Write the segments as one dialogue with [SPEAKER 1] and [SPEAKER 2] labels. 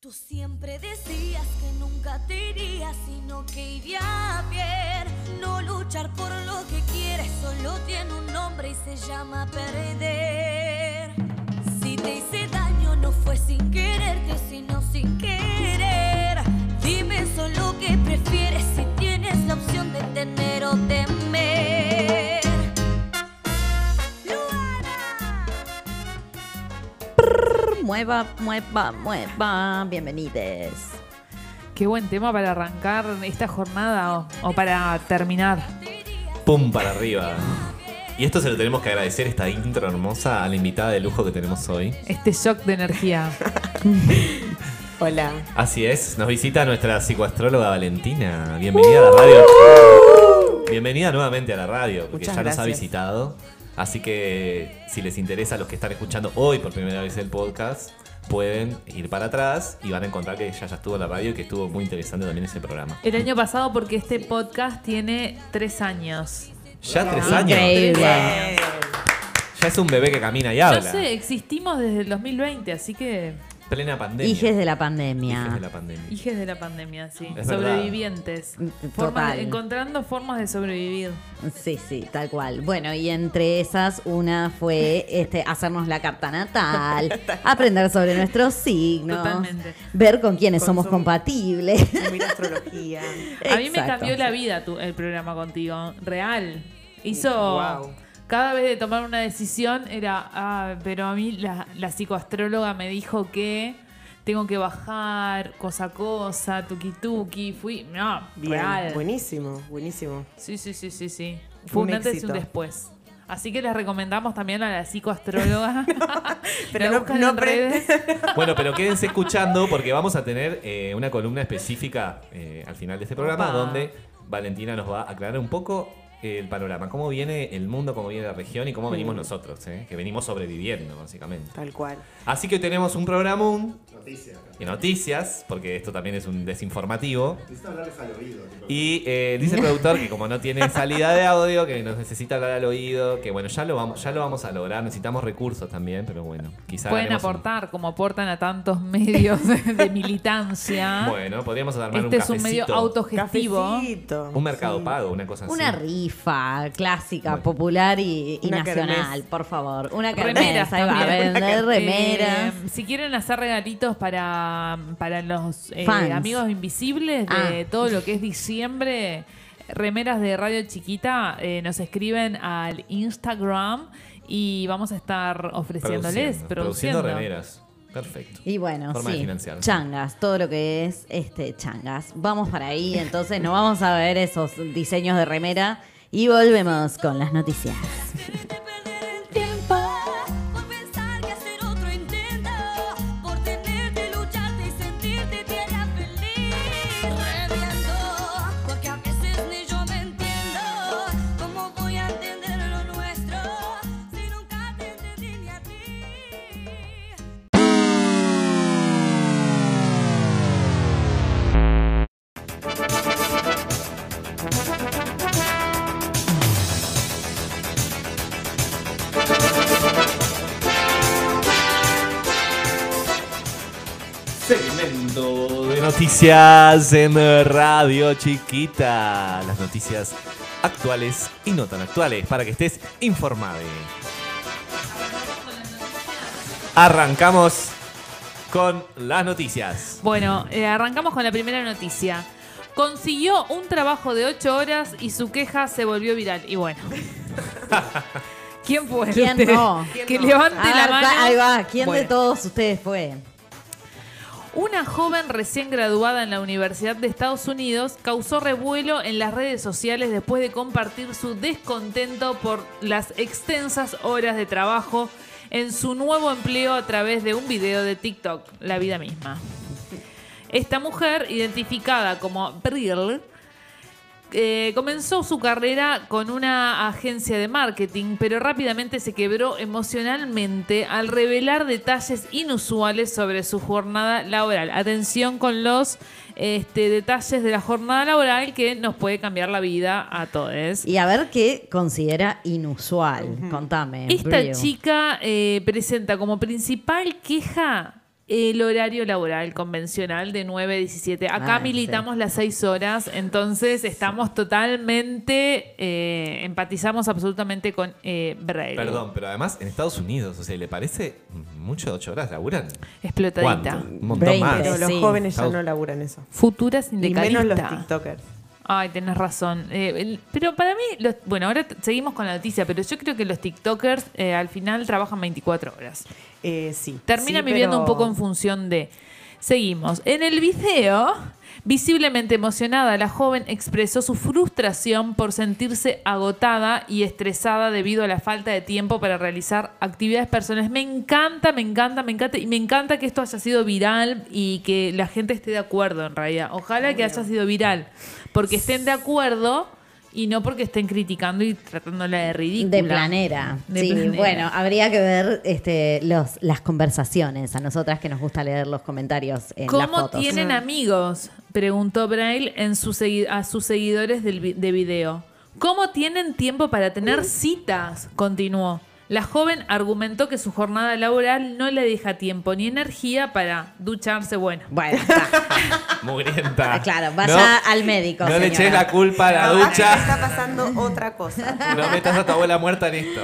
[SPEAKER 1] Tú siempre decías que nunca te irías, sino que iría bien. No luchar por lo que quieres, solo tiene un nombre y se llama perder. Si te hice daño, no fue sin quererte, sino sin querer. Dime solo que prefieres si tienes la opción de tener o temer. Luana.
[SPEAKER 2] Mueva, mueva, mueva. Bienvenides.
[SPEAKER 3] Qué buen tema para arrancar esta jornada o, o para terminar.
[SPEAKER 4] ¡Pum! Para arriba. Y esto se lo tenemos que agradecer, esta intro hermosa, a la invitada de lujo que tenemos hoy.
[SPEAKER 3] Este shock de energía.
[SPEAKER 5] Hola.
[SPEAKER 4] Así es, nos visita nuestra psicoastróloga Valentina. Bienvenida a la radio. Bienvenida nuevamente a la radio, porque
[SPEAKER 5] Muchas
[SPEAKER 4] ya nos ha
[SPEAKER 5] gracias.
[SPEAKER 4] visitado. Así que si les interesa a los que están escuchando hoy por primera vez el podcast, pueden ir para atrás y van a encontrar que ella ya estuvo en la radio y que estuvo muy interesante también ese programa.
[SPEAKER 3] El año pasado porque este podcast tiene tres años.
[SPEAKER 4] Ya tres años.
[SPEAKER 2] Increíble.
[SPEAKER 4] Wow. Ya es un bebé que camina y habla.
[SPEAKER 3] Yo sé, existimos desde el 2020, así que
[SPEAKER 4] Plena pandemia.
[SPEAKER 2] Hijes de la
[SPEAKER 4] Hijes
[SPEAKER 2] pandemia.
[SPEAKER 4] de la pandemia.
[SPEAKER 3] hijes de la pandemia, sí.
[SPEAKER 4] Es verdad. Mm,
[SPEAKER 3] Sobrevivientes.
[SPEAKER 2] Total.
[SPEAKER 3] Formas de- encontrando formas de sobrevivir.
[SPEAKER 2] Sí, sí, tal cual. Bueno, y entre esas, una fue este, hacernos la carta natal, aprender sobre nuestros signos,
[SPEAKER 3] Totalmente.
[SPEAKER 2] ver con quiénes
[SPEAKER 5] Con
[SPEAKER 2] somos
[SPEAKER 5] su-
[SPEAKER 2] compatibles.
[SPEAKER 5] Mira astrología.
[SPEAKER 3] A mí me
[SPEAKER 2] Exacto.
[SPEAKER 3] cambió la vida tu- el programa contigo, real. Hizo...
[SPEAKER 5] Wow.
[SPEAKER 3] Cada vez de tomar una decisión era, ah, pero a mí la, la psicoastróloga me dijo que tengo que bajar, cosa a cosa, tuki tuki, fui, no,
[SPEAKER 5] Bien.
[SPEAKER 3] real.
[SPEAKER 5] Buenísimo, buenísimo.
[SPEAKER 3] Sí, sí, sí, sí, sí. Fue un,
[SPEAKER 5] Un
[SPEAKER 3] antes y un
[SPEAKER 5] éxito.
[SPEAKER 3] después. Así que les recomendamos también a la psicoastróloga.
[SPEAKER 5] Pero
[SPEAKER 3] La
[SPEAKER 5] no-
[SPEAKER 3] buscan
[SPEAKER 5] no
[SPEAKER 3] en
[SPEAKER 5] pre-
[SPEAKER 3] redes.
[SPEAKER 4] Bueno, pero quédense escuchando porque vamos a tener eh, una columna específica eh, al final de este programa
[SPEAKER 3] Opa.
[SPEAKER 4] donde Valentina nos va a aclarar un poco eh, el panorama, cómo viene el mundo, cómo viene la región y cómo venimos nosotros, eh, que venimos sobreviviendo básicamente.
[SPEAKER 5] Tal cual.
[SPEAKER 4] Así que tenemos un programa noticias. de noticias, porque esto también es un desinformativo. Y eh, dice el productor que como no tiene salida de audio, que nos necesita hablar al oído, que bueno, ya lo vamos, ya lo vamos a lograr, necesitamos recursos también, pero bueno, quizás
[SPEAKER 3] Pueden aportar, como aportan a tantos medios de militancia.
[SPEAKER 4] Bueno, podríamos armar
[SPEAKER 3] Ah, este
[SPEAKER 4] un
[SPEAKER 3] es un medio
[SPEAKER 4] cafecito.
[SPEAKER 3] autogestivo.
[SPEAKER 5] Cafecito.
[SPEAKER 4] Un mercado
[SPEAKER 5] Sí.
[SPEAKER 4] pago, una cosa
[SPEAKER 2] Una
[SPEAKER 4] así.
[SPEAKER 2] rifa clásica, popular y, y
[SPEAKER 5] Una
[SPEAKER 2] nacional,
[SPEAKER 5] kermés.
[SPEAKER 2] por favor. Una
[SPEAKER 3] Remeras
[SPEAKER 2] kermés, ahí va,
[SPEAKER 3] también.
[SPEAKER 2] vender remeras.
[SPEAKER 3] Eh, si quieren hacer regalitos para, para los eh,
[SPEAKER 2] Fans.
[SPEAKER 3] amigos invisibles de
[SPEAKER 2] Ah.
[SPEAKER 3] todo lo que es diciembre, remeras de Radio Chiquita, eh, nos escriben al Instagram y vamos a estar ofreciéndoles, produciendo.
[SPEAKER 4] produciendo remeras. Perfecto.
[SPEAKER 2] Y bueno,
[SPEAKER 4] Forma de
[SPEAKER 2] sí,
[SPEAKER 4] financiarse.
[SPEAKER 2] changas, todo lo que es este changas. Vamos para ahí, entonces nos vamos a ver esos diseños de remera y volvemos con las noticias.
[SPEAKER 1] Prefiero perder el tiempo por pensar que hacer otro intento, por tenerte, lucharte y sentirte te haría feliz. Reviento, porque a veces ni yo me entiendo. ¿Cómo voy a entender lo nuestro si nunca te entendí ni a ti?
[SPEAKER 4] Segmento de noticias en Radio Chiquita. Las noticias actuales y no tan actuales para que estés informado. Arrancamos con las noticias.
[SPEAKER 3] Bueno, eh, arrancamos con la primera noticia. Consiguió un trabajo de ocho horas y su queja se volvió viral. Y bueno. ¿Quién fue?
[SPEAKER 2] ¿Quién
[SPEAKER 3] Usted.
[SPEAKER 2] no?
[SPEAKER 3] Que
[SPEAKER 5] ¿Quién no?
[SPEAKER 3] levante
[SPEAKER 2] A
[SPEAKER 3] la
[SPEAKER 2] ver,
[SPEAKER 3] mano.
[SPEAKER 2] ahí Ah, va, ¿quién de
[SPEAKER 3] Bueno.
[SPEAKER 2] todos ustedes fue?
[SPEAKER 3] Una joven recién graduada en la Universidad de Estados Unidos causó revuelo en las redes sociales después de compartir su descontento por las extensas horas de trabajo en su nuevo empleo a través de un video de TikTok, la vida misma. Esta mujer, identificada como Brill, eh, comenzó su carrera con una agencia de marketing, pero rápidamente se quebró emocionalmente al revelar detalles inusuales sobre su jornada laboral. Atención con los este, detalles de la jornada laboral que nos puede cambiar la vida a todos.
[SPEAKER 2] Y a ver qué considera inusual. Contame.
[SPEAKER 3] Esta
[SPEAKER 2] Brew.
[SPEAKER 3] chica eh, presenta como principal queja el horario laboral convencional de 9 a 17. Acá
[SPEAKER 2] Ah,
[SPEAKER 3] militamos las 6 horas, entonces estamos totalmente, eh, empatizamos absolutamente con eh, Braille.
[SPEAKER 4] Perdón, pero además en Estados Unidos, o sea, ¿le parece mucho ocho horas laburan?
[SPEAKER 3] Explotadita.
[SPEAKER 4] ¿Cuánto? Un montón
[SPEAKER 2] 20.
[SPEAKER 5] Pero
[SPEAKER 4] más.
[SPEAKER 5] los
[SPEAKER 2] Sí.
[SPEAKER 5] jóvenes ya
[SPEAKER 4] Estamos-
[SPEAKER 5] no laburan eso.
[SPEAKER 3] Futura
[SPEAKER 5] Y
[SPEAKER 3] sindicalista.
[SPEAKER 5] menos los TikTokers.
[SPEAKER 3] Ay, tenés razón. Eh, el- pero para mí, los- bueno, ahora t- seguimos con la noticia, pero yo creo que los TikTokers eh, al final trabajan 24 horas.
[SPEAKER 5] Eh, sí.
[SPEAKER 3] Terminan
[SPEAKER 5] Sí,
[SPEAKER 3] viviendo
[SPEAKER 5] pero-
[SPEAKER 3] un poco en función de... Seguimos. En el video, visiblemente emocionada, la joven expresó su frustración por sentirse agotada y estresada debido a la falta de tiempo para realizar actividades personales. Me encanta, me encanta, me encanta. Y me encanta que esto haya sido viral y que la gente esté de acuerdo en realidad. Ojalá que haya sido viral. Porque estén de acuerdo y no porque estén criticando y tratándola de ridícula.
[SPEAKER 2] De planera.
[SPEAKER 3] De
[SPEAKER 2] sí,
[SPEAKER 3] planera.
[SPEAKER 2] bueno, habría que ver este, los, las conversaciones. A nosotras que nos gusta leer los comentarios en las
[SPEAKER 3] ¿Cómo
[SPEAKER 2] fotos.
[SPEAKER 3] tienen amigos? Preguntó Braille en su segui- a sus seguidores del vi- de video. ¿Cómo tienen tiempo para tener citas? Continuó. La joven argumentó que su jornada laboral no le deja tiempo ni energía para ducharse. Bueno,
[SPEAKER 2] Bueno, está.
[SPEAKER 4] Mugrienta.
[SPEAKER 2] Ah, claro, vaya
[SPEAKER 4] No-
[SPEAKER 2] al médico.
[SPEAKER 4] No le
[SPEAKER 2] señora.
[SPEAKER 4] eches la culpa a la
[SPEAKER 5] Ah, me
[SPEAKER 4] ducha.
[SPEAKER 5] Está pasando otra cosa.
[SPEAKER 4] No metas a tu abuela muerta en esto.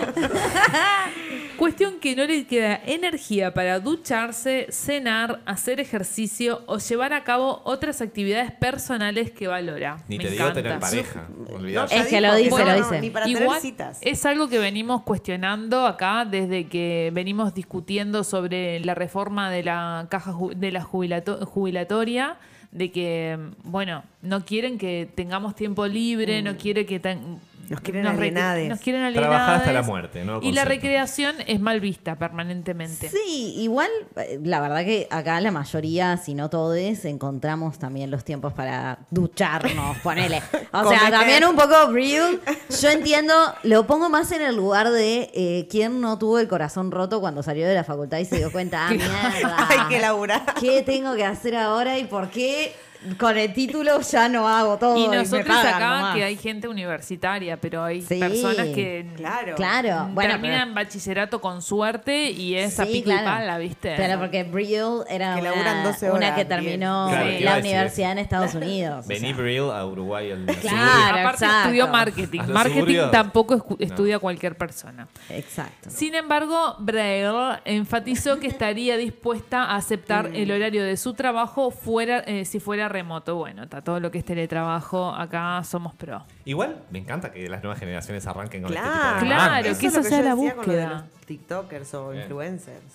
[SPEAKER 3] cuestión que no le queda energía para ducharse, cenar, hacer ejercicio o llevar a cabo otras actividades personales que valora.
[SPEAKER 4] Ni
[SPEAKER 3] Me
[SPEAKER 4] te digo tener
[SPEAKER 3] encanta.
[SPEAKER 4] pareja.
[SPEAKER 5] No,
[SPEAKER 4] Olvidate.
[SPEAKER 5] ya
[SPEAKER 2] Es que lo
[SPEAKER 5] dijo
[SPEAKER 2] dice,
[SPEAKER 5] no,
[SPEAKER 2] lo
[SPEAKER 5] no,
[SPEAKER 2] dice.
[SPEAKER 5] Ni para tener
[SPEAKER 3] Igual
[SPEAKER 5] citas.
[SPEAKER 3] es algo que venimos cuestionando acá desde que venimos discutiendo sobre la reforma de la caja ju- de la jubilato- jubilatoria de que bueno no quieren que tengamos tiempo libre
[SPEAKER 2] Mm.
[SPEAKER 3] no quiere que tan-
[SPEAKER 5] Nos quieren
[SPEAKER 3] recre-
[SPEAKER 5] alienades.
[SPEAKER 3] nos quieren
[SPEAKER 4] Trabajar hasta
[SPEAKER 3] alienades.
[SPEAKER 4] la muerte, ¿no?
[SPEAKER 3] y la
[SPEAKER 4] Concepto.
[SPEAKER 3] recreación es mal vista permanentemente
[SPEAKER 2] Sí, igual, eh, la verdad que acá la mayoría, si no todos, encontramos también los tiempos para ducharnos, ponele. O sea,
[SPEAKER 5] Comete.
[SPEAKER 2] también un poco real. Yo entiendo, lo pongo más en el lugar de eh, quién no tuvo el corazón roto cuando salió de la facultad y se dio cuenta, ah, mierda.
[SPEAKER 5] Hay que laburar.
[SPEAKER 2] ¿Qué tengo que hacer ahora y por qué con el título ya no hago todo?
[SPEAKER 3] y
[SPEAKER 2] me
[SPEAKER 3] nosotros
[SPEAKER 2] pagan
[SPEAKER 3] acá
[SPEAKER 2] nomás?
[SPEAKER 3] que hay gente universitaria pero hay
[SPEAKER 2] Sí.
[SPEAKER 3] personas que
[SPEAKER 5] Claro.
[SPEAKER 2] Claro, bueno.
[SPEAKER 3] terminan bachillerato con suerte y es a
[SPEAKER 2] Sí,
[SPEAKER 3] pico y
[SPEAKER 2] claro.
[SPEAKER 3] pala, ¿viste?
[SPEAKER 2] Pero porque Brill era
[SPEAKER 5] Que
[SPEAKER 2] una,
[SPEAKER 5] laburan 12 horas,
[SPEAKER 2] una que
[SPEAKER 5] bien.
[SPEAKER 2] terminó
[SPEAKER 4] Claro,
[SPEAKER 2] en
[SPEAKER 4] te iba a
[SPEAKER 2] la
[SPEAKER 4] decir
[SPEAKER 2] universidad en Estados Unidos. o
[SPEAKER 4] Vení
[SPEAKER 2] sea.
[SPEAKER 4] Brill a Uruguay al sur.
[SPEAKER 2] Claro,
[SPEAKER 3] Aparte
[SPEAKER 2] exacto.
[SPEAKER 3] estudió marketing.
[SPEAKER 4] A los
[SPEAKER 3] Marketing
[SPEAKER 4] suburbios.
[SPEAKER 3] tampoco escu- estudia cualquier persona.
[SPEAKER 2] Exacto.
[SPEAKER 3] Sin embargo, Braille enfatizó que estaría dispuesta a aceptar el horario de su trabajo fuera, eh, si fuera remoto. Bueno, está todo lo que es teletrabajo, acá somos pro.
[SPEAKER 4] Igual me encanta que las nuevas generaciones arranquen con este tipo
[SPEAKER 5] Claro,
[SPEAKER 4] de
[SPEAKER 3] Claro,
[SPEAKER 4] demandas.
[SPEAKER 3] que eso
[SPEAKER 5] yo
[SPEAKER 3] sea la
[SPEAKER 5] decía con lo de
[SPEAKER 3] búsqueda.
[SPEAKER 5] los TikTokers o
[SPEAKER 4] Bien.
[SPEAKER 5] influencers.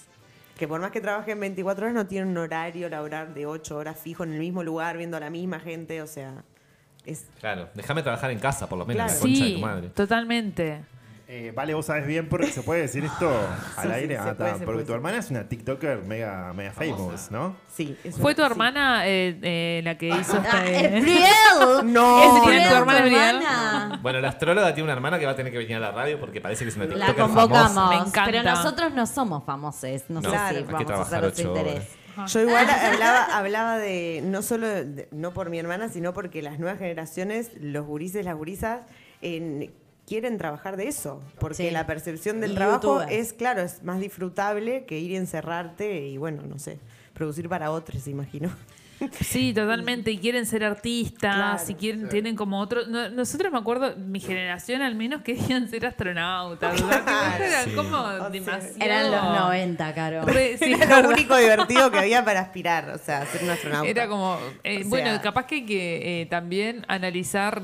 [SPEAKER 5] Que por más que trabajen 24 horas, no tienen un horario laboral de 8 horas fijo en el mismo lugar, viendo a la misma gente. O sea, es
[SPEAKER 4] Claro, déjame trabajar en casa por lo menos,
[SPEAKER 5] Claro.
[SPEAKER 4] la concha de
[SPEAKER 3] Sí,
[SPEAKER 4] tu madre.
[SPEAKER 3] totalmente.
[SPEAKER 6] Eh, vale, vos sabes bien porque se puede decir esto al
[SPEAKER 5] Sí,
[SPEAKER 6] aire.
[SPEAKER 5] sí,
[SPEAKER 6] Ah,
[SPEAKER 5] se
[SPEAKER 6] está,
[SPEAKER 5] puede, se
[SPEAKER 6] porque
[SPEAKER 5] puede.
[SPEAKER 6] tu hermana es una TikToker mega, mega famous, ¿no?
[SPEAKER 5] sí. es
[SPEAKER 3] ¿Fue
[SPEAKER 5] una-
[SPEAKER 3] tu
[SPEAKER 5] sí.
[SPEAKER 3] hermana eh, eh, la que hizo este
[SPEAKER 2] Ah,
[SPEAKER 3] esta...
[SPEAKER 2] es Briel.
[SPEAKER 5] No,
[SPEAKER 2] es
[SPEAKER 3] no.
[SPEAKER 2] Briel,
[SPEAKER 3] ¿Tu hermana es Briel?
[SPEAKER 2] hermana.
[SPEAKER 4] Bueno, la astróloga tiene una hermana que va a tener que venir a la radio porque parece que es una TikToker
[SPEAKER 2] La
[SPEAKER 4] famosa.
[SPEAKER 2] convocamos.
[SPEAKER 3] Me encanta.
[SPEAKER 2] Pero nosotros no somos famosos. No,
[SPEAKER 4] No,
[SPEAKER 2] sé
[SPEAKER 5] hay
[SPEAKER 2] si
[SPEAKER 5] que
[SPEAKER 2] vamos a
[SPEAKER 4] trabajar
[SPEAKER 2] hacer nuestro
[SPEAKER 4] ocho
[SPEAKER 2] interés.
[SPEAKER 5] Yo igual hablaba, hablaba de, no solo, de- no por mi hermana, sino porque las nuevas generaciones, los gurises, las gurisas, en- quieren trabajar de eso. Porque
[SPEAKER 2] Sí.
[SPEAKER 5] la percepción del
[SPEAKER 2] Y
[SPEAKER 5] trabajo
[SPEAKER 2] youtubers.
[SPEAKER 5] es, claro, es más disfrutable que ir y encerrarte y, bueno, no sé, producir para otros, imagino.
[SPEAKER 3] Sí, totalmente. Y quieren ser artistas,
[SPEAKER 5] Claro.
[SPEAKER 3] y quieren, tienen como otro. no- nosotros me acuerdo, mi generación al menos querían ser astronautas. o sea, que eran
[SPEAKER 4] Sí.
[SPEAKER 3] como
[SPEAKER 5] sea,
[SPEAKER 3] demasiado.
[SPEAKER 2] Eran los 90, Caro.
[SPEAKER 3] Re- sí,
[SPEAKER 5] Era lo único divertido que había para aspirar, o sea, ser un astronauta.
[SPEAKER 3] Era como. eh,
[SPEAKER 5] O sea-
[SPEAKER 3] bueno, capaz que hay que eh, también analizar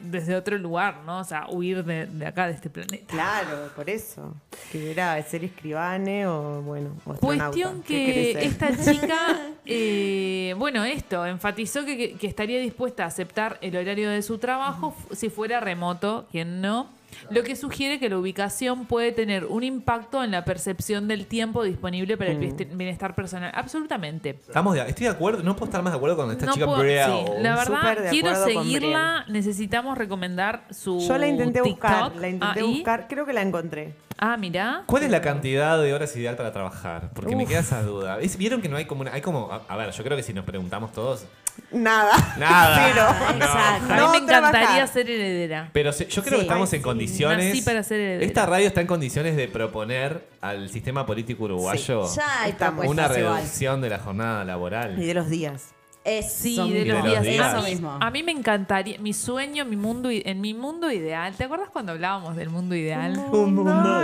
[SPEAKER 3] desde otro lugar, ¿no? O sea, huir de, de acá, de este planeta.
[SPEAKER 5] Claro, por eso. Que era ser escribane o, bueno, o astronauta.
[SPEAKER 3] Cuestión
[SPEAKER 5] ¿Qué querés
[SPEAKER 3] que
[SPEAKER 5] ser?
[SPEAKER 3] esta chica, eh, bueno, esto, enfatizó que, que- que estaría dispuesta a aceptar el horario de su trabajo f- si fuera remoto, quien no, lo que sugiere que la ubicación puede tener un impacto en la percepción del tiempo disponible para
[SPEAKER 5] Mm.
[SPEAKER 3] el bieste- bienestar personal. Absolutamente.
[SPEAKER 4] Estamos de- estoy de acuerdo, no puedo estar más de acuerdo con esta
[SPEAKER 3] No
[SPEAKER 4] chica oh.
[SPEAKER 3] puedo-
[SPEAKER 4] Brielle.
[SPEAKER 3] sí, la
[SPEAKER 5] Súper
[SPEAKER 3] verdad,
[SPEAKER 5] de
[SPEAKER 3] quiero
[SPEAKER 5] acuerdo con
[SPEAKER 3] seguirla. Necesitamos recomendar su
[SPEAKER 5] Yo la intenté buscar,
[SPEAKER 3] TikTok.
[SPEAKER 5] la intenté
[SPEAKER 3] Ah, ¿y?
[SPEAKER 5] buscar, creo que la encontré.
[SPEAKER 3] Ah, mirá.
[SPEAKER 4] ¿Cuál es la cantidad de horas ideal para trabajar? Porque me queda esa duda. Es- ¿Vieron que no hay como una- Hay como... A, a ver, yo creo que si nos preguntamos todos...
[SPEAKER 5] Nada.
[SPEAKER 4] Nada.
[SPEAKER 5] Cero.
[SPEAKER 4] No.
[SPEAKER 2] Exacto.
[SPEAKER 3] A mí
[SPEAKER 5] No
[SPEAKER 3] me encantaría
[SPEAKER 5] trabajar.
[SPEAKER 3] ser heredera.
[SPEAKER 4] Pero se- yo creo que
[SPEAKER 2] Sí.
[SPEAKER 4] estamos en condiciones...
[SPEAKER 3] Nací para ser heredera.
[SPEAKER 4] Esta radio está en condiciones de proponer al sistema político uruguayo
[SPEAKER 2] Ya hay
[SPEAKER 5] Estamos.
[SPEAKER 2] propuestas
[SPEAKER 4] una
[SPEAKER 2] igual.
[SPEAKER 4] reducción de la jornada
[SPEAKER 5] Y
[SPEAKER 4] laboral.
[SPEAKER 5] de los días.
[SPEAKER 2] Eso
[SPEAKER 3] Sí, de los,
[SPEAKER 4] de los
[SPEAKER 3] días.
[SPEAKER 4] días.
[SPEAKER 3] A,
[SPEAKER 2] Eso
[SPEAKER 3] mí,
[SPEAKER 2] mismo.
[SPEAKER 3] a mí me encantaría. Mi sueño, mi mundo, i- en mi mundo ideal. ¿Te acuerdas cuando hablábamos del mundo ideal?
[SPEAKER 4] Un mundo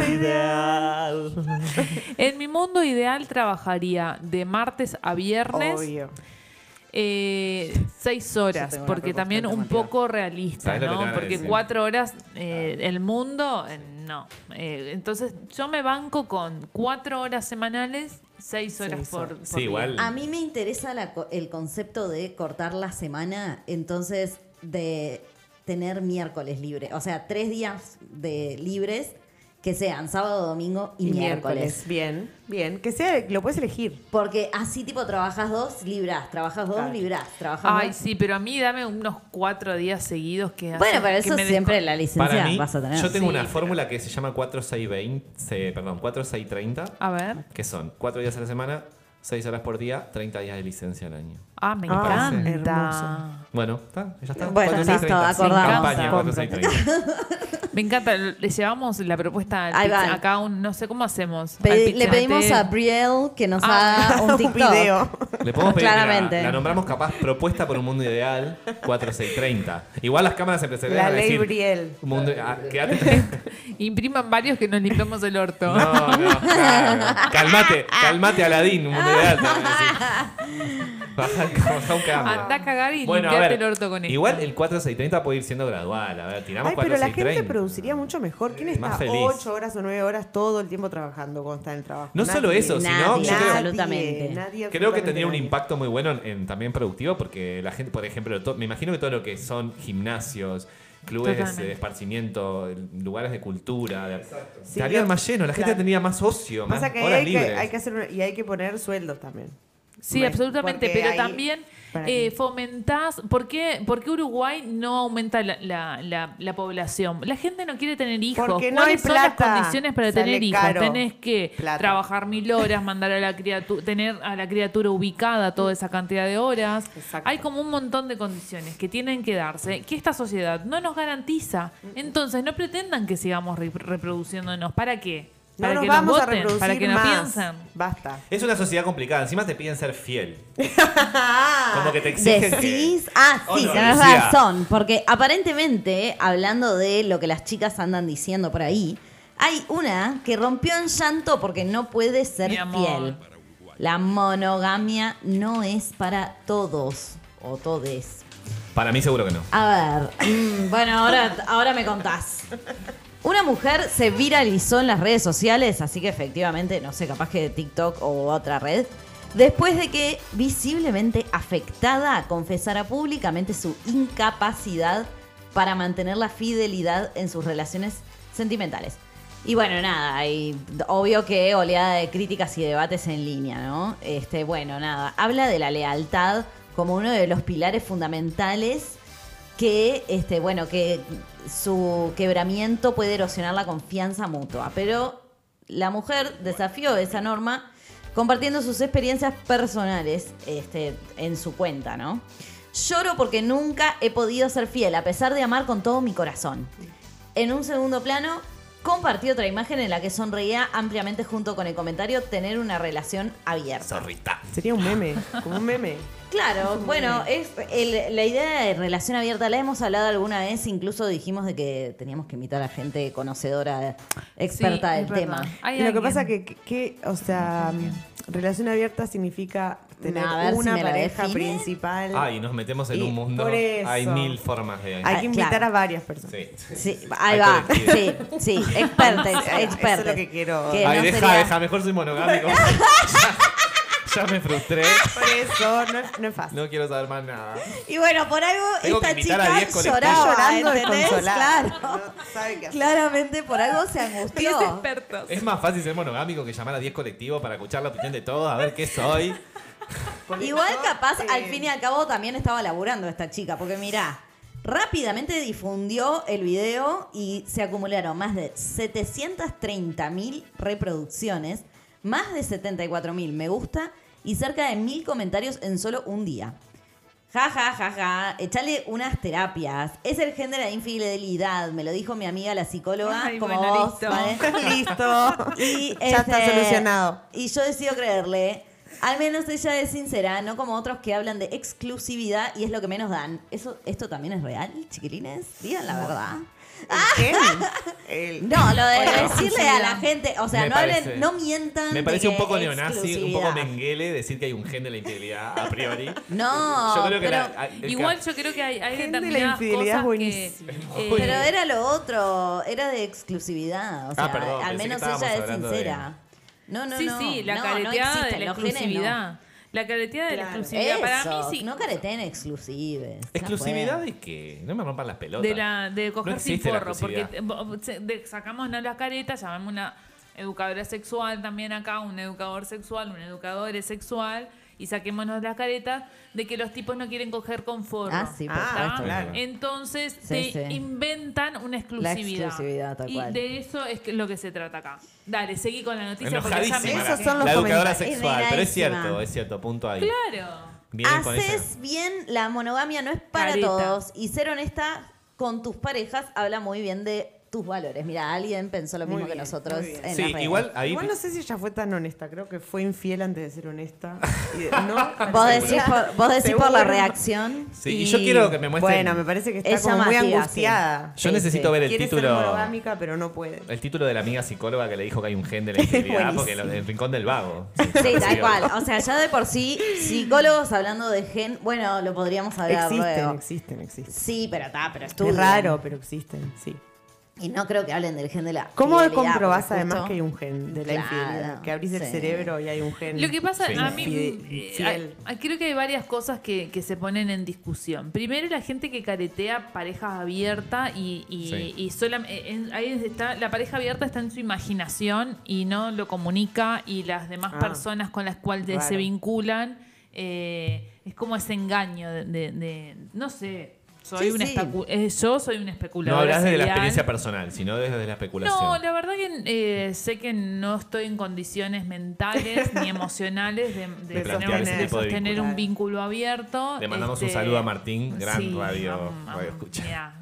[SPEAKER 4] ideal.
[SPEAKER 3] En mi mundo ideal trabajaría de martes a viernes.
[SPEAKER 5] Obvio.
[SPEAKER 3] Eh, seis horas,
[SPEAKER 2] tengo una
[SPEAKER 3] porque
[SPEAKER 2] propuesta
[SPEAKER 3] también un
[SPEAKER 2] alternativa.
[SPEAKER 3] poco realista,
[SPEAKER 4] ¿Sabés lo que te van
[SPEAKER 3] ¿no?
[SPEAKER 4] a
[SPEAKER 3] Porque
[SPEAKER 4] decir?
[SPEAKER 3] cuatro horas, eh, el mundo, eh, no. Eh, entonces, yo me banco con cuatro horas semanales, seis horas
[SPEAKER 5] Seis
[SPEAKER 3] por,
[SPEAKER 5] horas.
[SPEAKER 3] por
[SPEAKER 4] Sí,
[SPEAKER 3] día.
[SPEAKER 4] igual.
[SPEAKER 2] A mí me interesa la co- el concepto de cortar la semana, entonces de tener miércoles libre, o sea, tres días de libres que sean sábado, domingo y, miércoles.
[SPEAKER 5] Bien, bien. Que sea, lo puedes elegir.
[SPEAKER 2] Porque así tipo trabajas dos, libras, trabajas dos,
[SPEAKER 5] Claro.
[SPEAKER 2] libras, trabajas
[SPEAKER 3] Ay,
[SPEAKER 2] dos.
[SPEAKER 3] sí, pero a mí dame unos cuatro días seguidos que
[SPEAKER 2] Bueno,
[SPEAKER 3] hacen
[SPEAKER 2] pero
[SPEAKER 3] que
[SPEAKER 2] eso
[SPEAKER 3] me desco-
[SPEAKER 2] siempre la licencia
[SPEAKER 4] Para mí,
[SPEAKER 2] vas a tener.
[SPEAKER 4] yo tengo
[SPEAKER 3] Sí,
[SPEAKER 4] una
[SPEAKER 3] pero-
[SPEAKER 4] fórmula que se llama 4620, perdón, 4630,
[SPEAKER 3] A ver.
[SPEAKER 4] que son 4 días a la semana, 6 horas por día, 30 días de licencia al año.
[SPEAKER 3] Ah, me
[SPEAKER 5] Ah,
[SPEAKER 3] encanta.
[SPEAKER 5] hermoso.
[SPEAKER 4] Bueno, está, ya está.
[SPEAKER 2] Bueno,
[SPEAKER 4] 4630.
[SPEAKER 2] listo, acordamos.
[SPEAKER 4] Campaña
[SPEAKER 3] Compro.
[SPEAKER 4] 4630.
[SPEAKER 3] Me encanta. Le llevamos la propuesta al
[SPEAKER 2] Ahí
[SPEAKER 3] pizza-
[SPEAKER 2] van.
[SPEAKER 3] acá un, no sé cómo hacemos. al
[SPEAKER 2] Pedi-
[SPEAKER 3] pizza este,
[SPEAKER 2] le pedimos
[SPEAKER 3] meter-
[SPEAKER 2] a Brielle que nos
[SPEAKER 3] Ah,
[SPEAKER 2] haga un TikTok.
[SPEAKER 5] video.
[SPEAKER 4] Le podemos pedir, mira,
[SPEAKER 2] Claramente.
[SPEAKER 4] la nombramos capaz propuesta por un mundo ideal, 4630. Igual las cámaras empresariales
[SPEAKER 5] La
[SPEAKER 4] van a
[SPEAKER 5] ley
[SPEAKER 4] decir,
[SPEAKER 5] Briel.
[SPEAKER 4] Mundo, ah, quédate.
[SPEAKER 3] Impriman varios que nos limpiamos el orto.
[SPEAKER 4] No, no, claro. Calmate, calmate, Aladín, un mundo ideal. te van a decir. Baja, baja un cambio.
[SPEAKER 3] Anda a cagar y
[SPEAKER 4] Bueno, a
[SPEAKER 3] limpiarte
[SPEAKER 4] ver,
[SPEAKER 3] el orto con esto.
[SPEAKER 4] Igual el 4630 puede ir siendo gradual. A ver, tiramos
[SPEAKER 5] Ay, pero la gente
[SPEAKER 4] 4630.
[SPEAKER 5] produciría mucho mejor. ¿Quién está
[SPEAKER 4] Eh, Más feliz.
[SPEAKER 5] ocho horas o nueve horas todo el tiempo trabajando cuando está en el trabajo?
[SPEAKER 4] No solo eso,
[SPEAKER 2] Nadie,
[SPEAKER 4] sino yo creo-
[SPEAKER 2] nadie. absolutamente.
[SPEAKER 5] nadie,
[SPEAKER 4] Creo que
[SPEAKER 5] absolutamente
[SPEAKER 4] tendría un
[SPEAKER 5] nadie.
[SPEAKER 4] impacto muy bueno en, en también productivo porque la gente, por ejemplo, to- me imagino que todo lo que son gimnasios, clubes
[SPEAKER 3] Totalmente.
[SPEAKER 4] de esparcimiento, lugares de cultura, de,
[SPEAKER 5] Sí,
[SPEAKER 4] estarían
[SPEAKER 5] yo-
[SPEAKER 4] más llenos, la gente
[SPEAKER 5] claro.
[SPEAKER 4] tendría más ocio, más
[SPEAKER 5] Pasa que
[SPEAKER 4] horas
[SPEAKER 5] hay, que
[SPEAKER 4] libres.
[SPEAKER 5] hay que hacer una- y hay que poner sueldos también.
[SPEAKER 3] Sí,
[SPEAKER 5] Bueno,
[SPEAKER 3] absolutamente,
[SPEAKER 5] porque
[SPEAKER 3] pero
[SPEAKER 5] ahí-
[SPEAKER 3] también
[SPEAKER 5] para
[SPEAKER 3] eh,
[SPEAKER 5] que-
[SPEAKER 3] fomentás, ¿por qué, por qué Uruguay no aumenta la, la- la- la población? La gente no quiere tener hijos.
[SPEAKER 5] Porque no
[SPEAKER 3] ¿Cuáles
[SPEAKER 5] hay
[SPEAKER 3] son las
[SPEAKER 5] plata.
[SPEAKER 3] condiciones para
[SPEAKER 5] Sale
[SPEAKER 3] tener hijos?
[SPEAKER 5] caro.
[SPEAKER 3] Tenés que
[SPEAKER 5] Plata.
[SPEAKER 3] trabajar mil horas, mandar a la criatura, tener a la criatura ubicada toda esa cantidad de horas.
[SPEAKER 5] Exacto.
[SPEAKER 3] Hay como un montón de condiciones que tienen que darse, que esta sociedad no nos garantiza. Entonces, no pretendan que sigamos re- reproduciéndonos. ¿Para qué?
[SPEAKER 5] no
[SPEAKER 3] Para
[SPEAKER 5] nos
[SPEAKER 3] que
[SPEAKER 5] vamos a
[SPEAKER 3] voten,
[SPEAKER 5] reproducir
[SPEAKER 3] para que nos
[SPEAKER 5] más.
[SPEAKER 3] piensen.
[SPEAKER 5] Basta.
[SPEAKER 4] Es una sociedad complicada, encima te piden ser fiel. Como que te exigen que-
[SPEAKER 2] Decís, ah,
[SPEAKER 4] Oh,
[SPEAKER 2] sí,
[SPEAKER 4] no,
[SPEAKER 2] tenés
[SPEAKER 4] Lucía.
[SPEAKER 2] razón, porque aparentemente, hablando de lo que las chicas andan diciendo por ahí, hay una que rompió en llanto porque no puede ser
[SPEAKER 3] Mi amor.
[SPEAKER 2] fiel. La monogamia no es para todos o todes.
[SPEAKER 4] Para mí seguro que no.
[SPEAKER 2] A ver, mm, bueno, ahora, ahora me contás. Una mujer se viralizó en las redes sociales, así que efectivamente, no sé, capaz que de TikTok o otra red, después de que visiblemente afectada confesara públicamente su incapacidad para mantener la fidelidad en sus relaciones sentimentales. Y bueno, nada, y obvio que oleada de críticas y debates en línea, ¿no? Este, bueno, nada, habla de la lealtad como uno de los pilares fundamentales que este bueno que su quebramiento puede erosionar la confianza mutua pero la mujer desafió esa norma compartiendo sus experiencias personales este, en su cuenta no lloro porque nunca he podido ser fiel a pesar de amar con todo mi corazón en un segundo plano compartió otra imagen en la que sonreía ampliamente junto con el comentario tener una relación abierta
[SPEAKER 4] Zorrita.
[SPEAKER 5] Sería un meme, como un meme.
[SPEAKER 2] Claro, bueno, es el- la idea de relación abierta la hemos hablado alguna vez, incluso dijimos de que teníamos que invitar a gente conocedora, experta
[SPEAKER 3] Sí,
[SPEAKER 2] del
[SPEAKER 3] es verdad.
[SPEAKER 2] tema.
[SPEAKER 3] Hay
[SPEAKER 5] Y lo que
[SPEAKER 3] alguien.
[SPEAKER 5] pasa que, que- que, o sea, mm, relación abierta significa tener
[SPEAKER 2] A ver si
[SPEAKER 5] una
[SPEAKER 2] me lo
[SPEAKER 5] pareja
[SPEAKER 2] definen.
[SPEAKER 5] principal.
[SPEAKER 4] Ay, nos metemos en
[SPEAKER 5] Y
[SPEAKER 4] un mundo.
[SPEAKER 5] por eso.
[SPEAKER 4] Hay mil formas de.
[SPEAKER 5] Hay que invitar
[SPEAKER 2] Ah, Claro.
[SPEAKER 5] a varias personas.
[SPEAKER 4] Sí.
[SPEAKER 2] Sí,
[SPEAKER 4] Hay
[SPEAKER 2] ahí va.
[SPEAKER 4] colectivo.
[SPEAKER 2] Sí, sí, experta, ex-
[SPEAKER 5] Eso es lo
[SPEAKER 2] experta.
[SPEAKER 5] que quiero.
[SPEAKER 2] Que
[SPEAKER 4] Ay,
[SPEAKER 2] Eh, no
[SPEAKER 4] deja,
[SPEAKER 2] sería-
[SPEAKER 4] deja, mejor soy monogámico. ya, ya me frustré.
[SPEAKER 5] Por eso no, es- no es fácil.
[SPEAKER 4] No quiero saber más nada.
[SPEAKER 2] Y bueno, por algo
[SPEAKER 4] Tengo que
[SPEAKER 2] esta
[SPEAKER 4] invitar a
[SPEAKER 2] chica
[SPEAKER 4] 10 colectivos.
[SPEAKER 2] lloraba,
[SPEAKER 5] Llorando
[SPEAKER 2] ¿entendés?
[SPEAKER 5] desconsolada.
[SPEAKER 2] Claro.
[SPEAKER 5] No sabe qué hacer.
[SPEAKER 2] Claramente por algo se
[SPEAKER 3] Diez
[SPEAKER 2] angustió.
[SPEAKER 3] expertos.
[SPEAKER 4] Es más fácil ser monogámico que llamar a 10 colectivos para escuchar la opinión de todos, a ver qué soy.
[SPEAKER 5] Por
[SPEAKER 2] Igual
[SPEAKER 5] eso,
[SPEAKER 2] capaz
[SPEAKER 5] eh,
[SPEAKER 2] al fin y al cabo también estaba laburando esta chica, porque mirá, Rápidamente difundió el video y se acumularon más de 730.000 reproducciones, más de 74.000 me gusta y cerca de 1.000 comentarios en solo un día. Ja, ja, ja, ja, echale unas terapias. Es el género de infidelidad, me lo dijo mi amiga la psicóloga,
[SPEAKER 3] Ay,
[SPEAKER 2] como
[SPEAKER 3] bueno,
[SPEAKER 2] vos,
[SPEAKER 3] listo.
[SPEAKER 2] ¿vale?
[SPEAKER 5] Listo.
[SPEAKER 2] Y,
[SPEAKER 5] Ya está
[SPEAKER 2] este,
[SPEAKER 5] solucionado.
[SPEAKER 2] Y yo decido creerle. Al menos ella es sincera, no como otros que hablan de exclusividad y es lo que menos dan. Eso, ¿Esto también es real, chiquilines? Digan la verdad.
[SPEAKER 5] Ah. El-
[SPEAKER 2] No, lo de
[SPEAKER 5] Bueno,
[SPEAKER 2] decirle a la gente, o sea,
[SPEAKER 4] Me
[SPEAKER 2] no
[SPEAKER 4] parece-
[SPEAKER 2] hablen, no mientan.
[SPEAKER 4] Me
[SPEAKER 2] de
[SPEAKER 4] parece un
[SPEAKER 2] que
[SPEAKER 4] poco neonazi, un poco
[SPEAKER 2] exclusividad.
[SPEAKER 4] menguele decir que hay un gen de la infidelidad a priori.
[SPEAKER 2] No,
[SPEAKER 4] Yo creo que
[SPEAKER 2] pero,
[SPEAKER 4] la- a- el
[SPEAKER 3] Igual
[SPEAKER 4] ca-
[SPEAKER 3] yo creo que hay, hay
[SPEAKER 5] Gente, la
[SPEAKER 3] determinadas
[SPEAKER 5] infidelidad
[SPEAKER 3] cosas que...
[SPEAKER 5] buenísima.
[SPEAKER 3] eh,
[SPEAKER 2] pero era lo otro, era de exclusividad. O sea,
[SPEAKER 4] Ah, perdón, pensé
[SPEAKER 2] al
[SPEAKER 4] que
[SPEAKER 2] menos
[SPEAKER 4] estábamos
[SPEAKER 2] ella es
[SPEAKER 4] hablando de-
[SPEAKER 2] sincera. No, no,
[SPEAKER 3] sí,
[SPEAKER 2] no.
[SPEAKER 3] sí, la
[SPEAKER 2] no, no
[SPEAKER 3] careteada de
[SPEAKER 2] existen,
[SPEAKER 3] la
[SPEAKER 2] los genes no.
[SPEAKER 3] exclusividad. La careteada de la
[SPEAKER 5] Claro.
[SPEAKER 3] exclusividad. Para mí
[SPEAKER 2] Eso,
[SPEAKER 3] sí.
[SPEAKER 2] No careten exclusives. ya
[SPEAKER 4] ¿Exclusividad
[SPEAKER 2] fue.
[SPEAKER 4] de qué? No me rompan las pelotas.
[SPEAKER 3] de, la, de coger
[SPEAKER 4] No
[SPEAKER 3] sin
[SPEAKER 4] existe la
[SPEAKER 3] forro. Porque
[SPEAKER 4] exclusividad.
[SPEAKER 3] bo- se- de- sacamos no la careta, llamamos una educadora sexual también acá, un educador sexual, un educador es sexual. Y saquémonos las caretas de que los tipos no quieren coger con forro.
[SPEAKER 2] Ah, sí, por
[SPEAKER 5] Ah,
[SPEAKER 3] ¿tá?
[SPEAKER 5] supuesto.
[SPEAKER 4] claro.
[SPEAKER 3] Entonces
[SPEAKER 2] Sí,
[SPEAKER 3] te
[SPEAKER 2] sí.
[SPEAKER 3] inventan una exclusividad.
[SPEAKER 2] exclusividad, tal cual.
[SPEAKER 3] Y de eso es que- lo que se trata acá. Dale, seguí con la noticia. porque ya me
[SPEAKER 4] Enojadísima.
[SPEAKER 5] Esos
[SPEAKER 4] la-
[SPEAKER 5] son los
[SPEAKER 4] la educadora
[SPEAKER 5] comentarios.
[SPEAKER 4] sexual, pero es
[SPEAKER 2] Enojadísima.
[SPEAKER 4] cierto, es cierto, punto ahí.
[SPEAKER 3] Claro.
[SPEAKER 4] Vienen con
[SPEAKER 2] Haces
[SPEAKER 4] esa.
[SPEAKER 2] bien, la monogamia no es para
[SPEAKER 3] Careta.
[SPEAKER 2] todos. Y ser honesta con tus parejas habla muy bien de tus valores. Mira, alguien pensó lo
[SPEAKER 5] Muy
[SPEAKER 2] mismo que
[SPEAKER 5] bien,
[SPEAKER 2] nosotros.
[SPEAKER 5] muy bien.
[SPEAKER 2] en las
[SPEAKER 4] Sí,
[SPEAKER 2] redes.
[SPEAKER 4] igual ahí.
[SPEAKER 5] Igual no sé si ella fue tan honesta, creo que fue infiel antes de ser honesta. Y de- no,
[SPEAKER 2] Vos
[SPEAKER 5] parece-
[SPEAKER 2] decís, por, vos decís por la
[SPEAKER 5] Seguro.
[SPEAKER 2] reacción.
[SPEAKER 4] Sí, y yo quiero que me muestren.
[SPEAKER 5] Bueno, me parece que está
[SPEAKER 2] Es
[SPEAKER 5] como muy
[SPEAKER 2] llamativa,
[SPEAKER 5] angustiada.
[SPEAKER 4] Yo
[SPEAKER 2] Sí,
[SPEAKER 4] necesito
[SPEAKER 2] sí.
[SPEAKER 4] ver el
[SPEAKER 5] Quiere ser
[SPEAKER 4] título.
[SPEAKER 5] monogámica, pero no puede.
[SPEAKER 4] El título de la amiga psicóloga que le dijo que hay un gen de la infidelidad,
[SPEAKER 5] Buenísimo.
[SPEAKER 4] porque lo del rincón del vago.
[SPEAKER 2] Sí, tal
[SPEAKER 4] obvio.
[SPEAKER 2] cual. O sea, ya de por sí, psicólogos hablando de gen, bueno, lo podríamos hablar
[SPEAKER 5] Existen,
[SPEAKER 2] luego.
[SPEAKER 5] existen, existen.
[SPEAKER 2] Sí, pero está, pero
[SPEAKER 5] Es
[SPEAKER 2] estudian.
[SPEAKER 5] raro, pero existen, sí.
[SPEAKER 2] Y no creo que hablen del gen de la.
[SPEAKER 5] ¿Cómo
[SPEAKER 2] fidelidad,
[SPEAKER 5] comprobás
[SPEAKER 2] porque
[SPEAKER 5] además
[SPEAKER 2] justo-
[SPEAKER 5] que hay un gen de la
[SPEAKER 2] Claro,
[SPEAKER 5] infidelidad? Que abrís el
[SPEAKER 2] sí.
[SPEAKER 5] cerebro y hay un gen.
[SPEAKER 3] Lo que pasa,
[SPEAKER 4] Sí.
[SPEAKER 3] a mí
[SPEAKER 5] Fide-
[SPEAKER 3] eh,
[SPEAKER 5] fiel.
[SPEAKER 3] hay- creo que hay varias cosas que, que se ponen en discusión. Primero, la gente que caretea parejas abiertas y, y,
[SPEAKER 4] Sí.
[SPEAKER 3] y solam- eh, en- ahí está, la pareja abierta está en su imaginación y no lo comunica y las demás
[SPEAKER 5] Ah,
[SPEAKER 3] personas con las cuales
[SPEAKER 5] raro.
[SPEAKER 3] se vinculan eh, es como ese engaño de, de- de- no sé. Soy
[SPEAKER 2] Sí,
[SPEAKER 3] una
[SPEAKER 2] sí.
[SPEAKER 3] especu- eh, yo soy un
[SPEAKER 4] No
[SPEAKER 3] especulador.
[SPEAKER 4] hablas de la
[SPEAKER 3] serial.
[SPEAKER 4] experiencia personal, sino desde la especulación.
[SPEAKER 3] No, la verdad que eh, sé que no estoy en condiciones mentales ni emocionales de, de
[SPEAKER 4] De
[SPEAKER 3] tener,
[SPEAKER 4] plantear ese tipo de
[SPEAKER 3] sostener
[SPEAKER 5] vínculo.
[SPEAKER 3] un vínculo abierto.
[SPEAKER 4] Le mandamos un
[SPEAKER 3] Este,
[SPEAKER 4] saludo a Martín, gran
[SPEAKER 3] sí,
[SPEAKER 4] radio,
[SPEAKER 3] am- am-
[SPEAKER 4] radio escucha.
[SPEAKER 3] mirá.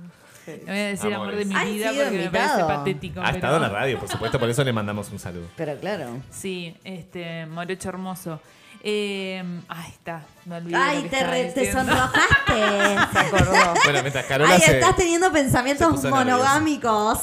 [SPEAKER 3] Le voy a decir
[SPEAKER 4] Amores.
[SPEAKER 3] amor de mi
[SPEAKER 2] Ha
[SPEAKER 3] vida
[SPEAKER 2] sido
[SPEAKER 3] porque me
[SPEAKER 2] invitado.
[SPEAKER 3] parece patético.
[SPEAKER 4] ha
[SPEAKER 3] pero-
[SPEAKER 4] estado en la radio, por supuesto, por eso le mandamos un saludo.
[SPEAKER 2] Pero claro.
[SPEAKER 3] Sí, este, Morocho hermoso. Eh, ahí está, me olvidé. de lo
[SPEAKER 2] Ay,
[SPEAKER 3] que
[SPEAKER 2] te,
[SPEAKER 3] estaba
[SPEAKER 2] re- te
[SPEAKER 3] diciendo.
[SPEAKER 2] sonrojaste.
[SPEAKER 5] Se acordó.
[SPEAKER 4] Bueno, mientras Carola
[SPEAKER 2] Ay,
[SPEAKER 4] se...
[SPEAKER 2] estás teniendo
[SPEAKER 4] se
[SPEAKER 2] pensamientos
[SPEAKER 4] puso
[SPEAKER 2] monogámicos.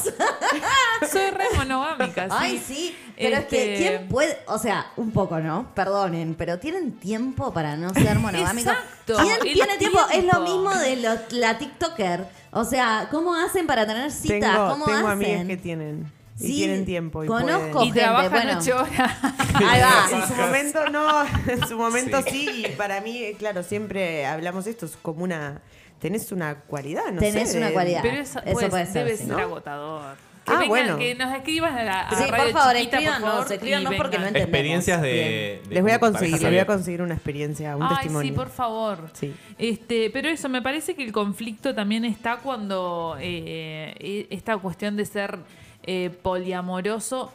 [SPEAKER 3] Soy re monogámica,
[SPEAKER 5] Ah,
[SPEAKER 3] sí.
[SPEAKER 2] Ay, sí. Pero es que,
[SPEAKER 3] Este,
[SPEAKER 2] ¿quién puede? O sea, un poco, ¿no? Perdonen, pero ¿tienen tiempo para no ser monogámicos?
[SPEAKER 3] Exacto,
[SPEAKER 2] ¿Quién
[SPEAKER 3] el
[SPEAKER 2] tiene tiempo? Es lo
[SPEAKER 3] tiempo.
[SPEAKER 2] mismo de lo- la TikToker. O sea, ¿cómo hacen para tener citas?
[SPEAKER 5] Tengo,
[SPEAKER 2] ¿Cómo
[SPEAKER 5] tengo amigas
[SPEAKER 2] hacen?
[SPEAKER 5] que tienen. Y
[SPEAKER 2] Sí,
[SPEAKER 5] tienen tiempo. Y
[SPEAKER 2] conozco
[SPEAKER 5] pueden.
[SPEAKER 3] Y
[SPEAKER 2] gente,
[SPEAKER 3] trabajan
[SPEAKER 2] bueno.
[SPEAKER 3] ocho horas.
[SPEAKER 2] Ahí
[SPEAKER 5] En su
[SPEAKER 2] va.
[SPEAKER 5] momento no, en su momento sí. y para mí, eh, claro, siempre hablamos esto, es como una... Tenés una cualidad, no
[SPEAKER 2] Tenés
[SPEAKER 5] sé,
[SPEAKER 2] una
[SPEAKER 5] de-
[SPEAKER 2] cualidad.
[SPEAKER 3] Pero eso,
[SPEAKER 2] Eso
[SPEAKER 3] pues,
[SPEAKER 2] puede ser,
[SPEAKER 3] debe
[SPEAKER 2] sí.
[SPEAKER 3] ser
[SPEAKER 2] ¿No?
[SPEAKER 3] agotador. Que
[SPEAKER 5] Ah,
[SPEAKER 3] vengan,
[SPEAKER 5] bueno.
[SPEAKER 3] Que nos escriban a la a
[SPEAKER 2] Sí,
[SPEAKER 3] Radio
[SPEAKER 2] por favor,
[SPEAKER 3] Chiquita,
[SPEAKER 2] escríbanos,
[SPEAKER 3] por favor,
[SPEAKER 2] escríbanos
[SPEAKER 3] y
[SPEAKER 2] porque
[SPEAKER 3] vengan.
[SPEAKER 2] no entendemos.
[SPEAKER 4] Experiencias de,
[SPEAKER 2] Bien.
[SPEAKER 4] de-
[SPEAKER 5] Les voy a
[SPEAKER 4] de parejas
[SPEAKER 5] conseguir, les voy a
[SPEAKER 4] abiertas.
[SPEAKER 5] conseguir una experiencia, un
[SPEAKER 3] Ay,
[SPEAKER 5] testimonio.
[SPEAKER 3] sí, por favor.
[SPEAKER 5] Sí.
[SPEAKER 3] Este, pero eso, me parece que el conflicto también está cuando eh, eh, esta cuestión de ser eh, poliamoroso.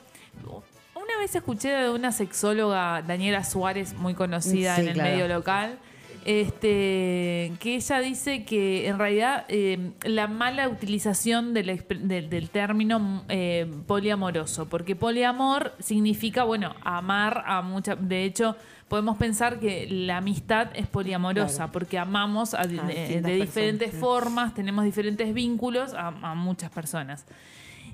[SPEAKER 3] Una vez escuché de una sexóloga, Daniela Suárez, muy conocida
[SPEAKER 2] Sí,
[SPEAKER 3] en el
[SPEAKER 2] claro.
[SPEAKER 3] medio local, este, que ella dice que en realidad eh, la mala utilización del, exp- del- del término mm, eh, poliamoroso, porque poliamor significa, bueno, amar a mucha... De hecho, podemos pensar que la amistad es poliamorosa, porque amamos a- de- de,
[SPEAKER 5] distintas
[SPEAKER 3] diferentes
[SPEAKER 5] personas,
[SPEAKER 3] formas, tenemos diferentes vínculos a- a muchas personas.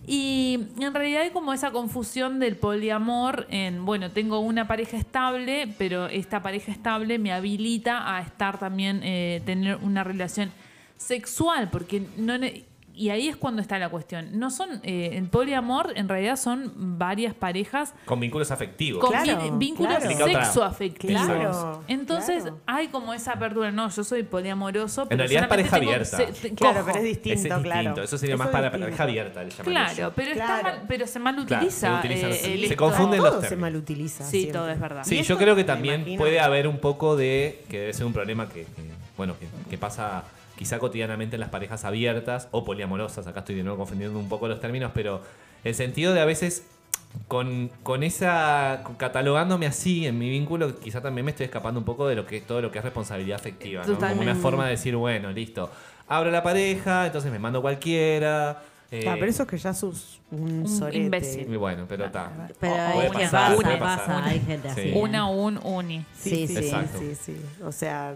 [SPEAKER 3] Y en realidad hay como esa confusión del poliamor en, bueno, tengo una pareja estable, pero esta pareja estable me habilita a estar también, eh, tener una relación sexual, porque no... ne- Y ahí es cuando está la cuestión. No son, eh, el poliamor en realidad son varias parejas
[SPEAKER 4] Con vínculos afectivos.
[SPEAKER 3] con
[SPEAKER 5] Claro,
[SPEAKER 3] vi- vínculos
[SPEAKER 5] claro.
[SPEAKER 4] Implica otra-
[SPEAKER 3] sexoafectivos.
[SPEAKER 5] Claro,
[SPEAKER 3] Entonces
[SPEAKER 5] claro.
[SPEAKER 3] hay como esa apertura, no, yo soy poliamoroso, pero
[SPEAKER 4] realidad es
[SPEAKER 3] solamente
[SPEAKER 4] pareja
[SPEAKER 3] tengo
[SPEAKER 4] abierta.
[SPEAKER 3] se- te-
[SPEAKER 5] Claro,
[SPEAKER 3] cojo.
[SPEAKER 5] pero es
[SPEAKER 4] Ese
[SPEAKER 5] distinto,
[SPEAKER 4] es distinto.
[SPEAKER 5] claro.
[SPEAKER 4] Eso sería más
[SPEAKER 5] es
[SPEAKER 4] para la
[SPEAKER 5] distinto.
[SPEAKER 4] pareja abierta, le llaman
[SPEAKER 3] Claro,
[SPEAKER 4] ellos.
[SPEAKER 3] pero,
[SPEAKER 5] Claro.
[SPEAKER 3] Está mal- pero se mal
[SPEAKER 4] Claro,
[SPEAKER 3] utiliza.
[SPEAKER 4] se utiliza
[SPEAKER 3] eh,
[SPEAKER 4] así.
[SPEAKER 3] el
[SPEAKER 4] Se
[SPEAKER 3] esto.
[SPEAKER 4] confunde Confunden los
[SPEAKER 5] Todo se
[SPEAKER 4] términos.
[SPEAKER 5] malutiliza.
[SPEAKER 3] Sí,
[SPEAKER 5] siempre.
[SPEAKER 3] todo es verdad.
[SPEAKER 4] Sí,
[SPEAKER 5] Y
[SPEAKER 4] yo
[SPEAKER 5] esto
[SPEAKER 4] creo que
[SPEAKER 5] me
[SPEAKER 4] también
[SPEAKER 5] imagino-
[SPEAKER 4] puede haber un poco de que debe ser un problema que, que, bueno, que, que pasa, quizá cotidianamente en las parejas abiertas o poliamorosas. Acá estoy de nuevo confundiendo un poco los términos, pero el sentido de a veces con, con esa con- catalogándome así en mi vínculo, quizá también me estoy escapando un poco de lo que es todo lo que es responsabilidad afectiva, ¿no? como una
[SPEAKER 3] Totalmente.
[SPEAKER 4] forma de decir, bueno, listo, abro la pareja, entonces me mando cualquiera. eh,
[SPEAKER 5] Ah, pero eso es que ya sos un,
[SPEAKER 3] Un
[SPEAKER 5] sorete.
[SPEAKER 4] y
[SPEAKER 3] imbécil.
[SPEAKER 4] bueno, pero está.
[SPEAKER 2] Pero
[SPEAKER 3] O-
[SPEAKER 2] hay
[SPEAKER 3] puede
[SPEAKER 2] gente
[SPEAKER 3] pasar,
[SPEAKER 2] pasa,
[SPEAKER 3] puede
[SPEAKER 2] pasa,
[SPEAKER 4] pasar.
[SPEAKER 2] hay gente así.
[SPEAKER 4] Sí.
[SPEAKER 2] ¿eh?
[SPEAKER 3] Una, un, uni.
[SPEAKER 2] Sí, sí.
[SPEAKER 4] Exacto.
[SPEAKER 5] sí, sí. O sea,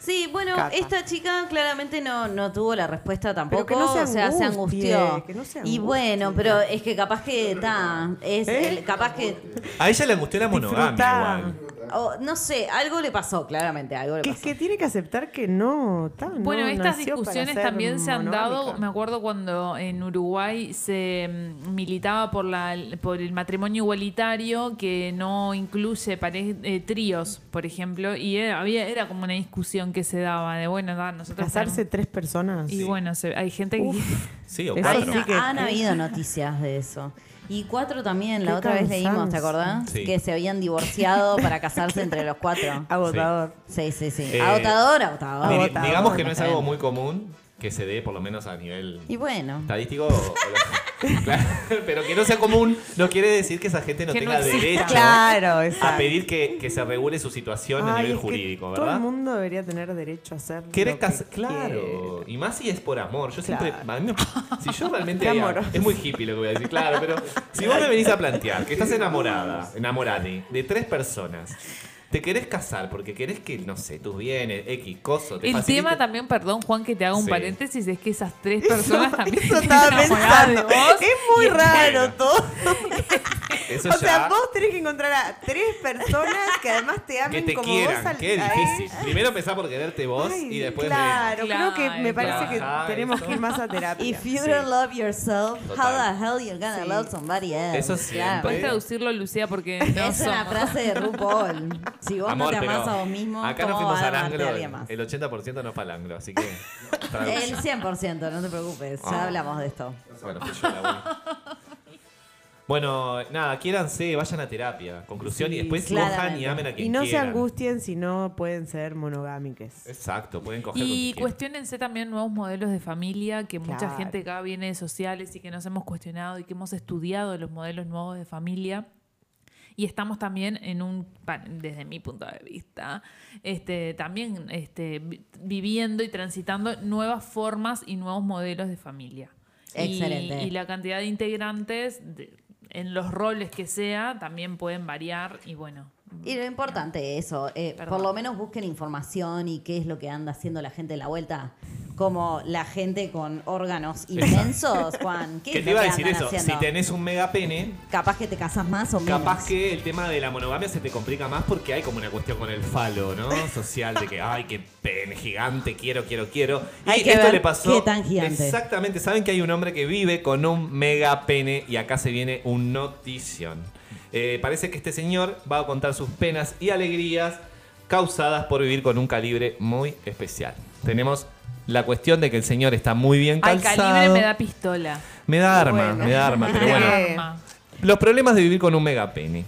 [SPEAKER 2] Sí, bueno,
[SPEAKER 5] Cata.
[SPEAKER 2] esta chica claramente no, no tuvo la respuesta tampoco.
[SPEAKER 5] Pero que no se
[SPEAKER 2] o sea, se
[SPEAKER 5] angustie,
[SPEAKER 2] angustió.
[SPEAKER 5] que no
[SPEAKER 2] y
[SPEAKER 5] se angustie.
[SPEAKER 2] bueno, pero es que capaz que está. Es
[SPEAKER 5] ¿Eh?
[SPEAKER 2] el- capaz que.
[SPEAKER 4] A ella le angustió la monogamia
[SPEAKER 5] Disfrutá.
[SPEAKER 4] igual.
[SPEAKER 2] o, no sé, algo le pasó, claramente, algo le
[SPEAKER 5] que,
[SPEAKER 2] pasó.
[SPEAKER 5] que tiene que aceptar que no. ta, no
[SPEAKER 3] Bueno, estas
[SPEAKER 5] nació para
[SPEAKER 3] discusiones
[SPEAKER 5] ser
[SPEAKER 3] también se han dado.
[SPEAKER 5] monogámica.
[SPEAKER 3] Me acuerdo cuando en Uruguay se mm, militaba por, la, por el matrimonio igualitario que no incluye pare- eh, tríos, por ejemplo, y era, había, era como una discusión que se daba de, bueno, da, nosotros...
[SPEAKER 5] Casarse tres personas.
[SPEAKER 3] tenemos- Y bueno, se- hay gente que...
[SPEAKER 4] Sí, o
[SPEAKER 5] Eso
[SPEAKER 2] Hay
[SPEAKER 4] cuatro.
[SPEAKER 5] sí
[SPEAKER 2] no-
[SPEAKER 5] que- ¿eh?
[SPEAKER 2] han habido noticias de eso. Y cuatro también, la
[SPEAKER 5] Qué
[SPEAKER 2] otra vez leímos, ¿te
[SPEAKER 5] cansancio.
[SPEAKER 2] acordás?
[SPEAKER 4] Sí.
[SPEAKER 2] Que se habían divorciado para casarse entre los cuatro.
[SPEAKER 5] Agotador.
[SPEAKER 2] Sí, sí, sí.
[SPEAKER 4] Eh,
[SPEAKER 2] agotador,
[SPEAKER 4] Diri-
[SPEAKER 2] agotador.
[SPEAKER 5] Diri- votado,
[SPEAKER 4] digamos que no es
[SPEAKER 2] está
[SPEAKER 4] algo
[SPEAKER 2] bien.
[SPEAKER 4] muy común que se dé, por lo menos a nivel
[SPEAKER 2] Y bueno.
[SPEAKER 4] estadístico. o- o- claro, pero que no sea común no quiere decir que esa gente no
[SPEAKER 3] Que no
[SPEAKER 4] tenga
[SPEAKER 3] exista.
[SPEAKER 4] derecho
[SPEAKER 5] Claro,
[SPEAKER 4] a
[SPEAKER 5] exacto.
[SPEAKER 4] pedir que, que se regule su situación a
[SPEAKER 5] Ay,
[SPEAKER 4] nivel
[SPEAKER 5] es que
[SPEAKER 4] jurídico,
[SPEAKER 5] Todo
[SPEAKER 4] ¿verdad?
[SPEAKER 5] el mundo debería tener derecho a hacer.
[SPEAKER 4] ¿Querés
[SPEAKER 5] lo que
[SPEAKER 4] cas-
[SPEAKER 5] quiere.
[SPEAKER 4] Claro, y más si es por amor. Yo
[SPEAKER 5] Claro.
[SPEAKER 4] siempre. a mí me- si yo realmente.
[SPEAKER 5] Qué amoroso.
[SPEAKER 4] es muy hippie lo que voy a decir, claro, pero si vos me venís a plantear que estás enamorada, enamorate, de tres personas, te querés casar porque querés que, no sé, tus bienes, X, coso, te
[SPEAKER 3] El
[SPEAKER 4] facilite-
[SPEAKER 3] tema también, perdón Juan, que te haga un
[SPEAKER 4] Sí.
[SPEAKER 3] paréntesis, es que esas tres personas también
[SPEAKER 5] Eso
[SPEAKER 3] están
[SPEAKER 5] estaba
[SPEAKER 3] enamoradas
[SPEAKER 5] pensando.
[SPEAKER 3] de vos.
[SPEAKER 5] Es muy raro todo.
[SPEAKER 4] Eso
[SPEAKER 5] O
[SPEAKER 4] ya-
[SPEAKER 5] sea, vos tenés que encontrar a tres personas que además te
[SPEAKER 4] que
[SPEAKER 5] amen
[SPEAKER 4] te
[SPEAKER 5] como vos
[SPEAKER 4] quieran,
[SPEAKER 5] al-
[SPEAKER 2] ¿eh?
[SPEAKER 4] qué
[SPEAKER 5] a
[SPEAKER 4] difícil.
[SPEAKER 5] él.
[SPEAKER 4] Primero empezá por quererte vos
[SPEAKER 5] Ay,
[SPEAKER 4] y después de-
[SPEAKER 5] claro,
[SPEAKER 3] Claro,
[SPEAKER 5] creo que me parece
[SPEAKER 4] claro.
[SPEAKER 5] que tenemos que ir más a terapia.
[SPEAKER 2] If you don't love yourself, how the
[SPEAKER 4] Total.
[SPEAKER 2] hell you're gonna
[SPEAKER 5] Sí.
[SPEAKER 2] love somebody else?
[SPEAKER 4] Eso
[SPEAKER 2] Claro.
[SPEAKER 4] siempre.
[SPEAKER 3] Puedes traducirlo, Lucía, porque no
[SPEAKER 2] Es una
[SPEAKER 3] somos.
[SPEAKER 2] frase de RuPaul. Si vos
[SPEAKER 4] Amor,
[SPEAKER 2] no te
[SPEAKER 4] pero
[SPEAKER 2] amás a vos mismo,
[SPEAKER 4] acá nos
[SPEAKER 2] ¿cómo
[SPEAKER 4] fuimos
[SPEAKER 2] vas a
[SPEAKER 4] al
[SPEAKER 2] amarte a
[SPEAKER 4] anglo.
[SPEAKER 2] alguien más?
[SPEAKER 4] El 80% no fue al anglo, así que. traducción.
[SPEAKER 2] El 100%, no te preocupes, ya
[SPEAKER 4] Ah.
[SPEAKER 2] hablamos de esto.
[SPEAKER 4] Bueno, fui yo la única. Bueno, nada, quiéranse, vayan a terapia. Conclusión y
[SPEAKER 5] Sí,
[SPEAKER 4] después cojan y
[SPEAKER 2] claramente.
[SPEAKER 4] amen a quien
[SPEAKER 5] Y no se
[SPEAKER 4] quieran.
[SPEAKER 5] angustien si no pueden ser monogámicas.
[SPEAKER 4] Exacto, pueden coger con
[SPEAKER 3] Y
[SPEAKER 4] quien quieran.
[SPEAKER 3] cuestionense también nuevos modelos de familia, que mucha
[SPEAKER 5] Claro.
[SPEAKER 3] gente acá viene de sociales y que nos hemos cuestionado y que hemos estudiado los modelos nuevos de familia. Y estamos también en un, pa- desde mi punto de vista, este, también este, vi- viviendo y transitando nuevas formas y nuevos modelos de familia. Y-
[SPEAKER 2] Excelente.
[SPEAKER 3] Y, la cantidad de integrantes, de- en los roles que sea, también pueden variar y bueno.
[SPEAKER 2] Y lo importante es eso, eh, por
[SPEAKER 3] Perdón.
[SPEAKER 2] lo menos busquen información y qué es lo que anda haciendo la gente de la vuelta. Como la gente con órganos inmensos, Juan. ¿Qué
[SPEAKER 4] Que
[SPEAKER 2] es lo
[SPEAKER 4] te iba a
[SPEAKER 2] que
[SPEAKER 4] decir
[SPEAKER 2] andan
[SPEAKER 4] eso,
[SPEAKER 2] haciendo?
[SPEAKER 4] si tenés un mega pene,
[SPEAKER 2] Capaz que te casas más o menos.
[SPEAKER 4] Capaz que el tema de la monogamia se te complica más porque hay como una cuestión con el falo, ¿no? Social, de que, ay, qué pene gigante, quiero, quiero, quiero. Y
[SPEAKER 2] Hay que
[SPEAKER 4] esto
[SPEAKER 2] ver
[SPEAKER 4] le pasó.
[SPEAKER 2] qué tan gigante.
[SPEAKER 4] Exactamente, saben que hay un hombre que vive con un mega pene y acá se viene un notición. Eh, parece que este señor va a contar sus penas y alegrías causadas por vivir con un calibre muy especial. Tenemos la cuestión de que el señor está muy bien
[SPEAKER 3] Al
[SPEAKER 4] calzado.
[SPEAKER 3] calibre me da pistola.
[SPEAKER 4] Me da arma,
[SPEAKER 5] Bueno.
[SPEAKER 4] me da arma, pero
[SPEAKER 5] Me da
[SPEAKER 4] bueno.
[SPEAKER 3] Arma.
[SPEAKER 4] Los problemas de vivir con un megapene.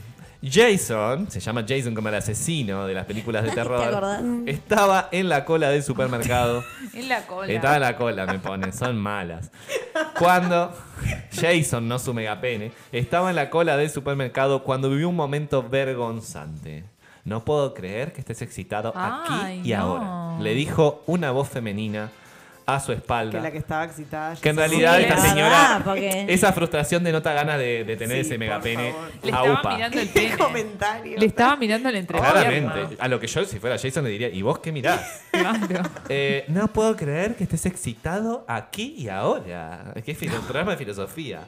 [SPEAKER 4] Jason, se llama Jason como el asesino de las películas de
[SPEAKER 2] ¿Te
[SPEAKER 4] terror,
[SPEAKER 2] acordás?
[SPEAKER 4] estaba en la cola del supermercado.
[SPEAKER 3] En la cola.
[SPEAKER 4] Estaba en la cola, me ponen, son malas. Cuando Jason, no su megapene, estaba en la cola del supermercado cuando vivió un momento vergonzante. No puedo creer que estés excitado
[SPEAKER 3] Ay,
[SPEAKER 4] aquí y
[SPEAKER 3] no.
[SPEAKER 4] ahora. Le dijo una voz femenina a su espalda.
[SPEAKER 5] Que la que estaba excitada. ya
[SPEAKER 4] Que en
[SPEAKER 5] se
[SPEAKER 4] realidad
[SPEAKER 3] Sí,
[SPEAKER 4] esta
[SPEAKER 3] es
[SPEAKER 4] señora,
[SPEAKER 2] verdad, porque-
[SPEAKER 4] esa frustración denota ganas de, de tener
[SPEAKER 5] Sí,
[SPEAKER 4] ese
[SPEAKER 5] por
[SPEAKER 4] megapene
[SPEAKER 5] favor.
[SPEAKER 3] Le
[SPEAKER 4] a
[SPEAKER 3] estaba
[SPEAKER 4] UPA.
[SPEAKER 3] mirando el
[SPEAKER 5] ¿Qué
[SPEAKER 3] pene.
[SPEAKER 5] comentario?
[SPEAKER 3] Le estaba mirando el entrepierna.
[SPEAKER 4] Claramente. A lo que yo, si fuera Jason, le diría, ¿y vos qué mirás?
[SPEAKER 3] Claro.
[SPEAKER 4] Eh, no puedo creer que estés excitado aquí y ahora. Qué filo- programa de filosofía.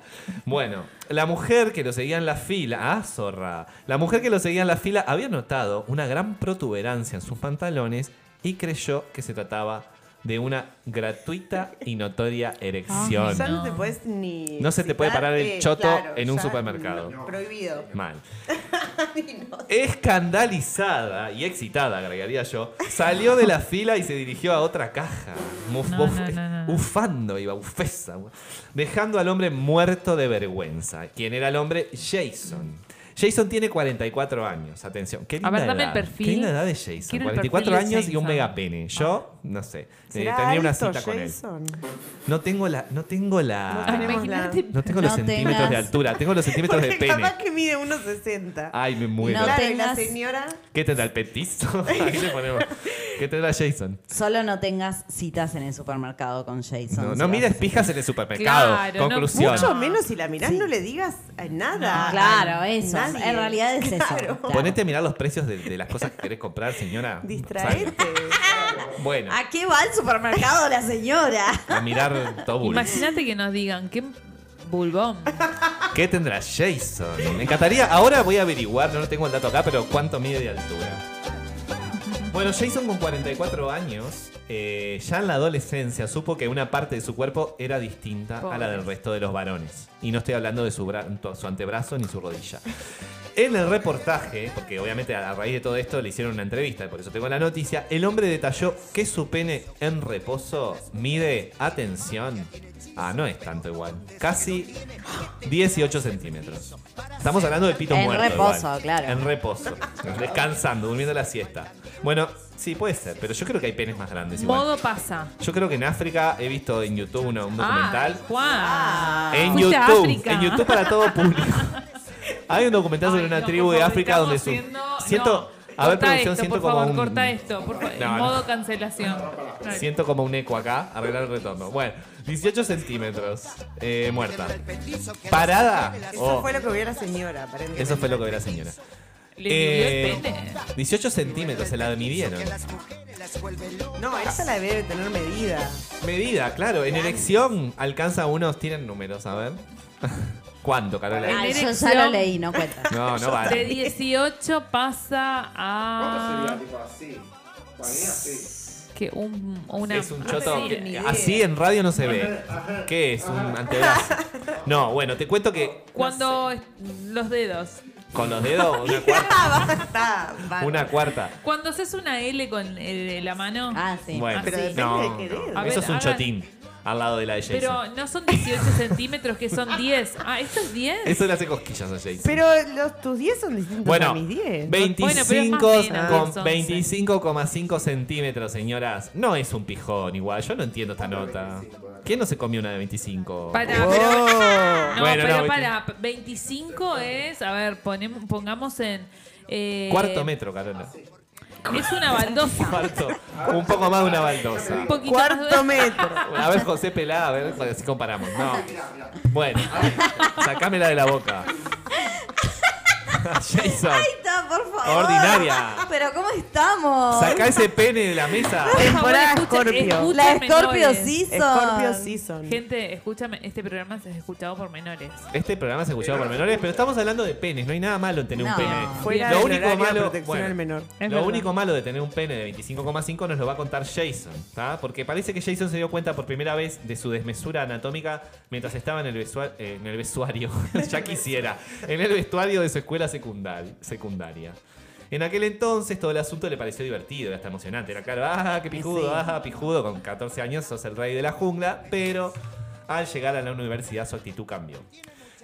[SPEAKER 4] Bueno, la mujer que lo seguía en la fila, ah, zorra. La mujer que lo seguía en la fila había notado una gran protuberancia en sus pantalones y creyó que se trataba de una gratuita y notoria erección.
[SPEAKER 5] Ya no.
[SPEAKER 3] No.
[SPEAKER 5] te puedes ni.
[SPEAKER 4] Oh, No se te puede parar el
[SPEAKER 5] eh,
[SPEAKER 4] choto en un
[SPEAKER 5] ya
[SPEAKER 4] supermercado.
[SPEAKER 5] no, prohibido.
[SPEAKER 4] Mal. Escandalizada y excitada, agregaría yo, salió de la fila y se dirigió a otra caja, Muf-
[SPEAKER 3] No,
[SPEAKER 4] buf-
[SPEAKER 3] no, no, no.
[SPEAKER 4] bufando, iba bufesa, dejando al hombre muerto de vergüenza, quien era el hombre Jason. Jason tiene 44 años, atención. Qué
[SPEAKER 3] A
[SPEAKER 4] linda
[SPEAKER 3] ver, dame
[SPEAKER 4] edad.
[SPEAKER 3] el perfil.
[SPEAKER 4] Qué linda edad de Jason.
[SPEAKER 3] Quiero el
[SPEAKER 4] 44
[SPEAKER 3] perfil de
[SPEAKER 4] años y un
[SPEAKER 3] Jason.
[SPEAKER 4] megapene. Yo, no sé, eh,
[SPEAKER 5] ¿Será
[SPEAKER 4] tendría una
[SPEAKER 5] alto
[SPEAKER 4] cita con él.
[SPEAKER 5] Jason?
[SPEAKER 4] No tengo la... No tengo
[SPEAKER 5] No
[SPEAKER 4] la...
[SPEAKER 5] tenemos la-
[SPEAKER 3] Imagínate.
[SPEAKER 4] No tengo los
[SPEAKER 2] No
[SPEAKER 4] centímetros de
[SPEAKER 2] tengas.
[SPEAKER 4] altura, tengo los centímetros de
[SPEAKER 5] Porque
[SPEAKER 4] pene.
[SPEAKER 5] capaz que mide 1,60.
[SPEAKER 4] Ay, me muero.
[SPEAKER 2] No
[SPEAKER 5] claro, y la
[SPEAKER 2] tengas-
[SPEAKER 5] señora...
[SPEAKER 4] ¿Qué tendrá el petizo? Ahí le ponemos. ¿Qué tendrá Jason?
[SPEAKER 2] Solo no tengas citas en el supermercado con Jason.
[SPEAKER 4] No,
[SPEAKER 2] si
[SPEAKER 4] no
[SPEAKER 2] vas
[SPEAKER 4] mires
[SPEAKER 2] a-
[SPEAKER 4] pijas en el supermercado.
[SPEAKER 3] Claro, no,
[SPEAKER 4] Conclusión.
[SPEAKER 5] Mucho menos si la mirás, no le digas eh, nada.
[SPEAKER 2] Claro,
[SPEAKER 5] a
[SPEAKER 2] eso.
[SPEAKER 5] nadie.
[SPEAKER 2] En realidad es eso.
[SPEAKER 5] Claro.
[SPEAKER 2] Claro.
[SPEAKER 4] Ponete a mirar los precios de, de las cosas que querés comprar, señora.
[SPEAKER 5] Distraete.
[SPEAKER 4] Salga. Bueno,
[SPEAKER 2] ¿A qué va el supermercado la señora?
[SPEAKER 4] a mirar todo
[SPEAKER 3] Imagínate que nos digan, qué bulbón.
[SPEAKER 4] ¿Qué tendrá Jason? Me encantaría. Ahora voy a averiguar, no lo tengo el dato acá, pero cuánto mide de altura. Bueno, Jason con 44 años, eh, ya en la adolescencia supo que una parte de su cuerpo era distinta a la del
[SPEAKER 3] Pobres.
[SPEAKER 4] resto de los varones. Y no estoy hablando de su, bra- su antebrazo ni su rodilla. En el reportaje, porque obviamente a raíz de todo esto le hicieron una entrevista, y por eso tengo la noticia, el hombre detalló que su pene en reposo mide, atención, ah, no es tanto igual, casi 18 centímetros. Estamos hablando de pito
[SPEAKER 2] En
[SPEAKER 4] muerto.
[SPEAKER 2] reposo,
[SPEAKER 4] igual.
[SPEAKER 2] claro.
[SPEAKER 4] En reposo, descansando, durmiendo la siesta. Bueno, sí, puede ser, pero yo creo que hay penes más grandes igual.
[SPEAKER 3] Modo pasa.
[SPEAKER 4] Yo creo que en África he visto en YouTube una- un documental.
[SPEAKER 3] Ah, Juan.
[SPEAKER 4] En
[SPEAKER 3] Fuiste a
[SPEAKER 4] YouTube.
[SPEAKER 3] África.
[SPEAKER 4] En YouTube para todo público. Hay un documental sobre
[SPEAKER 3] Ay,
[SPEAKER 4] una
[SPEAKER 3] no,
[SPEAKER 4] tribu
[SPEAKER 3] por
[SPEAKER 4] de
[SPEAKER 3] favor,
[SPEAKER 4] África
[SPEAKER 3] estamos
[SPEAKER 4] donde su.
[SPEAKER 3] haciendo-
[SPEAKER 4] siento.
[SPEAKER 3] no,
[SPEAKER 4] a ver,
[SPEAKER 3] corta
[SPEAKER 4] producción,
[SPEAKER 3] esto,
[SPEAKER 4] siento
[SPEAKER 3] por
[SPEAKER 4] como
[SPEAKER 3] favor,
[SPEAKER 4] un.
[SPEAKER 3] corta esto, por favor.
[SPEAKER 4] No,
[SPEAKER 3] en
[SPEAKER 4] no.
[SPEAKER 3] modo cancelación. Dale.
[SPEAKER 4] Siento como un eco acá, arreglar el retorno. Bueno, 18 centímetros. Eh, muerta. Parada.
[SPEAKER 5] Eso
[SPEAKER 4] Oh,
[SPEAKER 5] fue lo que vio la señora, aparentemente.
[SPEAKER 4] eso fue lo que ve la señora.
[SPEAKER 3] Le este
[SPEAKER 4] Eh,
[SPEAKER 3] dio el pene.
[SPEAKER 4] 18 centímetros se la midieron.
[SPEAKER 5] No, esa la debe tener medida.
[SPEAKER 4] Medida, claro. En erección alcanza unos. Tienen números, a ver. ¿Cuánto, Carolina?
[SPEAKER 2] Ah, yo ya
[SPEAKER 3] erección.
[SPEAKER 2] lo leí, no cuenta.
[SPEAKER 4] No, no
[SPEAKER 3] De
[SPEAKER 4] vale.
[SPEAKER 3] 18 pasa a.
[SPEAKER 7] tipo así? Para mí así.
[SPEAKER 3] Que un, una,
[SPEAKER 4] Es un choto.
[SPEAKER 3] así, eh,
[SPEAKER 4] que-
[SPEAKER 5] ni idea.
[SPEAKER 4] Así en radio no se ve. ¿Qué es? ¿Un antebrazo? No, bueno, te cuento que
[SPEAKER 3] Cuando es- los dedos.
[SPEAKER 4] con los dedos, una cuarta.
[SPEAKER 5] Ah, basta. basta.
[SPEAKER 4] Una cuarta.
[SPEAKER 3] Cuando haces una L con eh, la mano.
[SPEAKER 2] Ah, sí.
[SPEAKER 4] Bueno,
[SPEAKER 3] Pero
[SPEAKER 5] depende de qué dedo.
[SPEAKER 4] no,
[SPEAKER 3] A
[SPEAKER 4] eso
[SPEAKER 3] ver,
[SPEAKER 4] es un
[SPEAKER 3] hagan-
[SPEAKER 4] chotín al lado de la de Jason.
[SPEAKER 3] Pero no son 18 centímetros, que son 10. Ah, ¿esto es 10?
[SPEAKER 4] Eso le hace cosquillas a Jason.
[SPEAKER 5] Pero los, tus 10 son distintos a
[SPEAKER 4] Bueno,
[SPEAKER 5] mis 10.
[SPEAKER 3] Bueno, pero es
[SPEAKER 4] 25
[SPEAKER 3] más menos,
[SPEAKER 4] con
[SPEAKER 3] son
[SPEAKER 4] 25,5 centímetros, señoras. No es un pijón igual. Yo no entiendo esta nota. ¿Quién no se comió una de 25?
[SPEAKER 3] Para, pero. No,
[SPEAKER 4] Oh. Bueno,
[SPEAKER 3] pero
[SPEAKER 4] no,
[SPEAKER 3] para. 25 es. A ver, ponemos, pongamos en. eh,
[SPEAKER 4] Cuarto metro, Carola.
[SPEAKER 3] Es una baldosa.
[SPEAKER 4] Cuarto. Un poco más de una baldosa.
[SPEAKER 3] un poquito más
[SPEAKER 5] Cuarto
[SPEAKER 3] de-
[SPEAKER 5] metro.
[SPEAKER 4] A ver, José Pelá, a ver si comparamos. No. Bueno, sacámela de la boca. Jason,
[SPEAKER 2] Ahí está, por favor.
[SPEAKER 4] Ordinaria.
[SPEAKER 2] Pero ¿cómo estamos?
[SPEAKER 4] saca ese pene de la mesa.
[SPEAKER 3] Por favor,
[SPEAKER 5] Temporada
[SPEAKER 3] escuchen-
[SPEAKER 5] Scorpio.
[SPEAKER 3] escuchen
[SPEAKER 2] La Scorpio
[SPEAKER 3] menores.
[SPEAKER 2] Season.
[SPEAKER 5] Scorpio Season.
[SPEAKER 3] Gente, escúchame, este programa se ha escuchado por menores.
[SPEAKER 4] Este programa se escuchaba por menores, pero estamos hablando de penes. No hay nada malo en tener
[SPEAKER 2] No.
[SPEAKER 4] un pene.
[SPEAKER 5] Fuera
[SPEAKER 4] lo
[SPEAKER 5] del
[SPEAKER 4] único
[SPEAKER 5] horario de
[SPEAKER 4] malo,
[SPEAKER 5] protección
[SPEAKER 4] bueno,
[SPEAKER 5] al menor.
[SPEAKER 3] Es
[SPEAKER 4] lo
[SPEAKER 3] verdad.
[SPEAKER 4] único malo de tener un pene de 25,5 nos lo va a contar Jason, ¿tá? Porque parece que Jason se dio cuenta por primera vez de su desmesura anatómica mientras estaba en el, vesua- eh, en el vestuario, ya quisiera, en el vestuario de su escuela secundal- secundaria. En aquel entonces todo el asunto le pareció divertido, era hasta emocionante. Era claro, ah, qué pijudo, ah, pijudo, con 14 años sos el rey de la jungla, pero al llegar a la universidad su actitud cambió.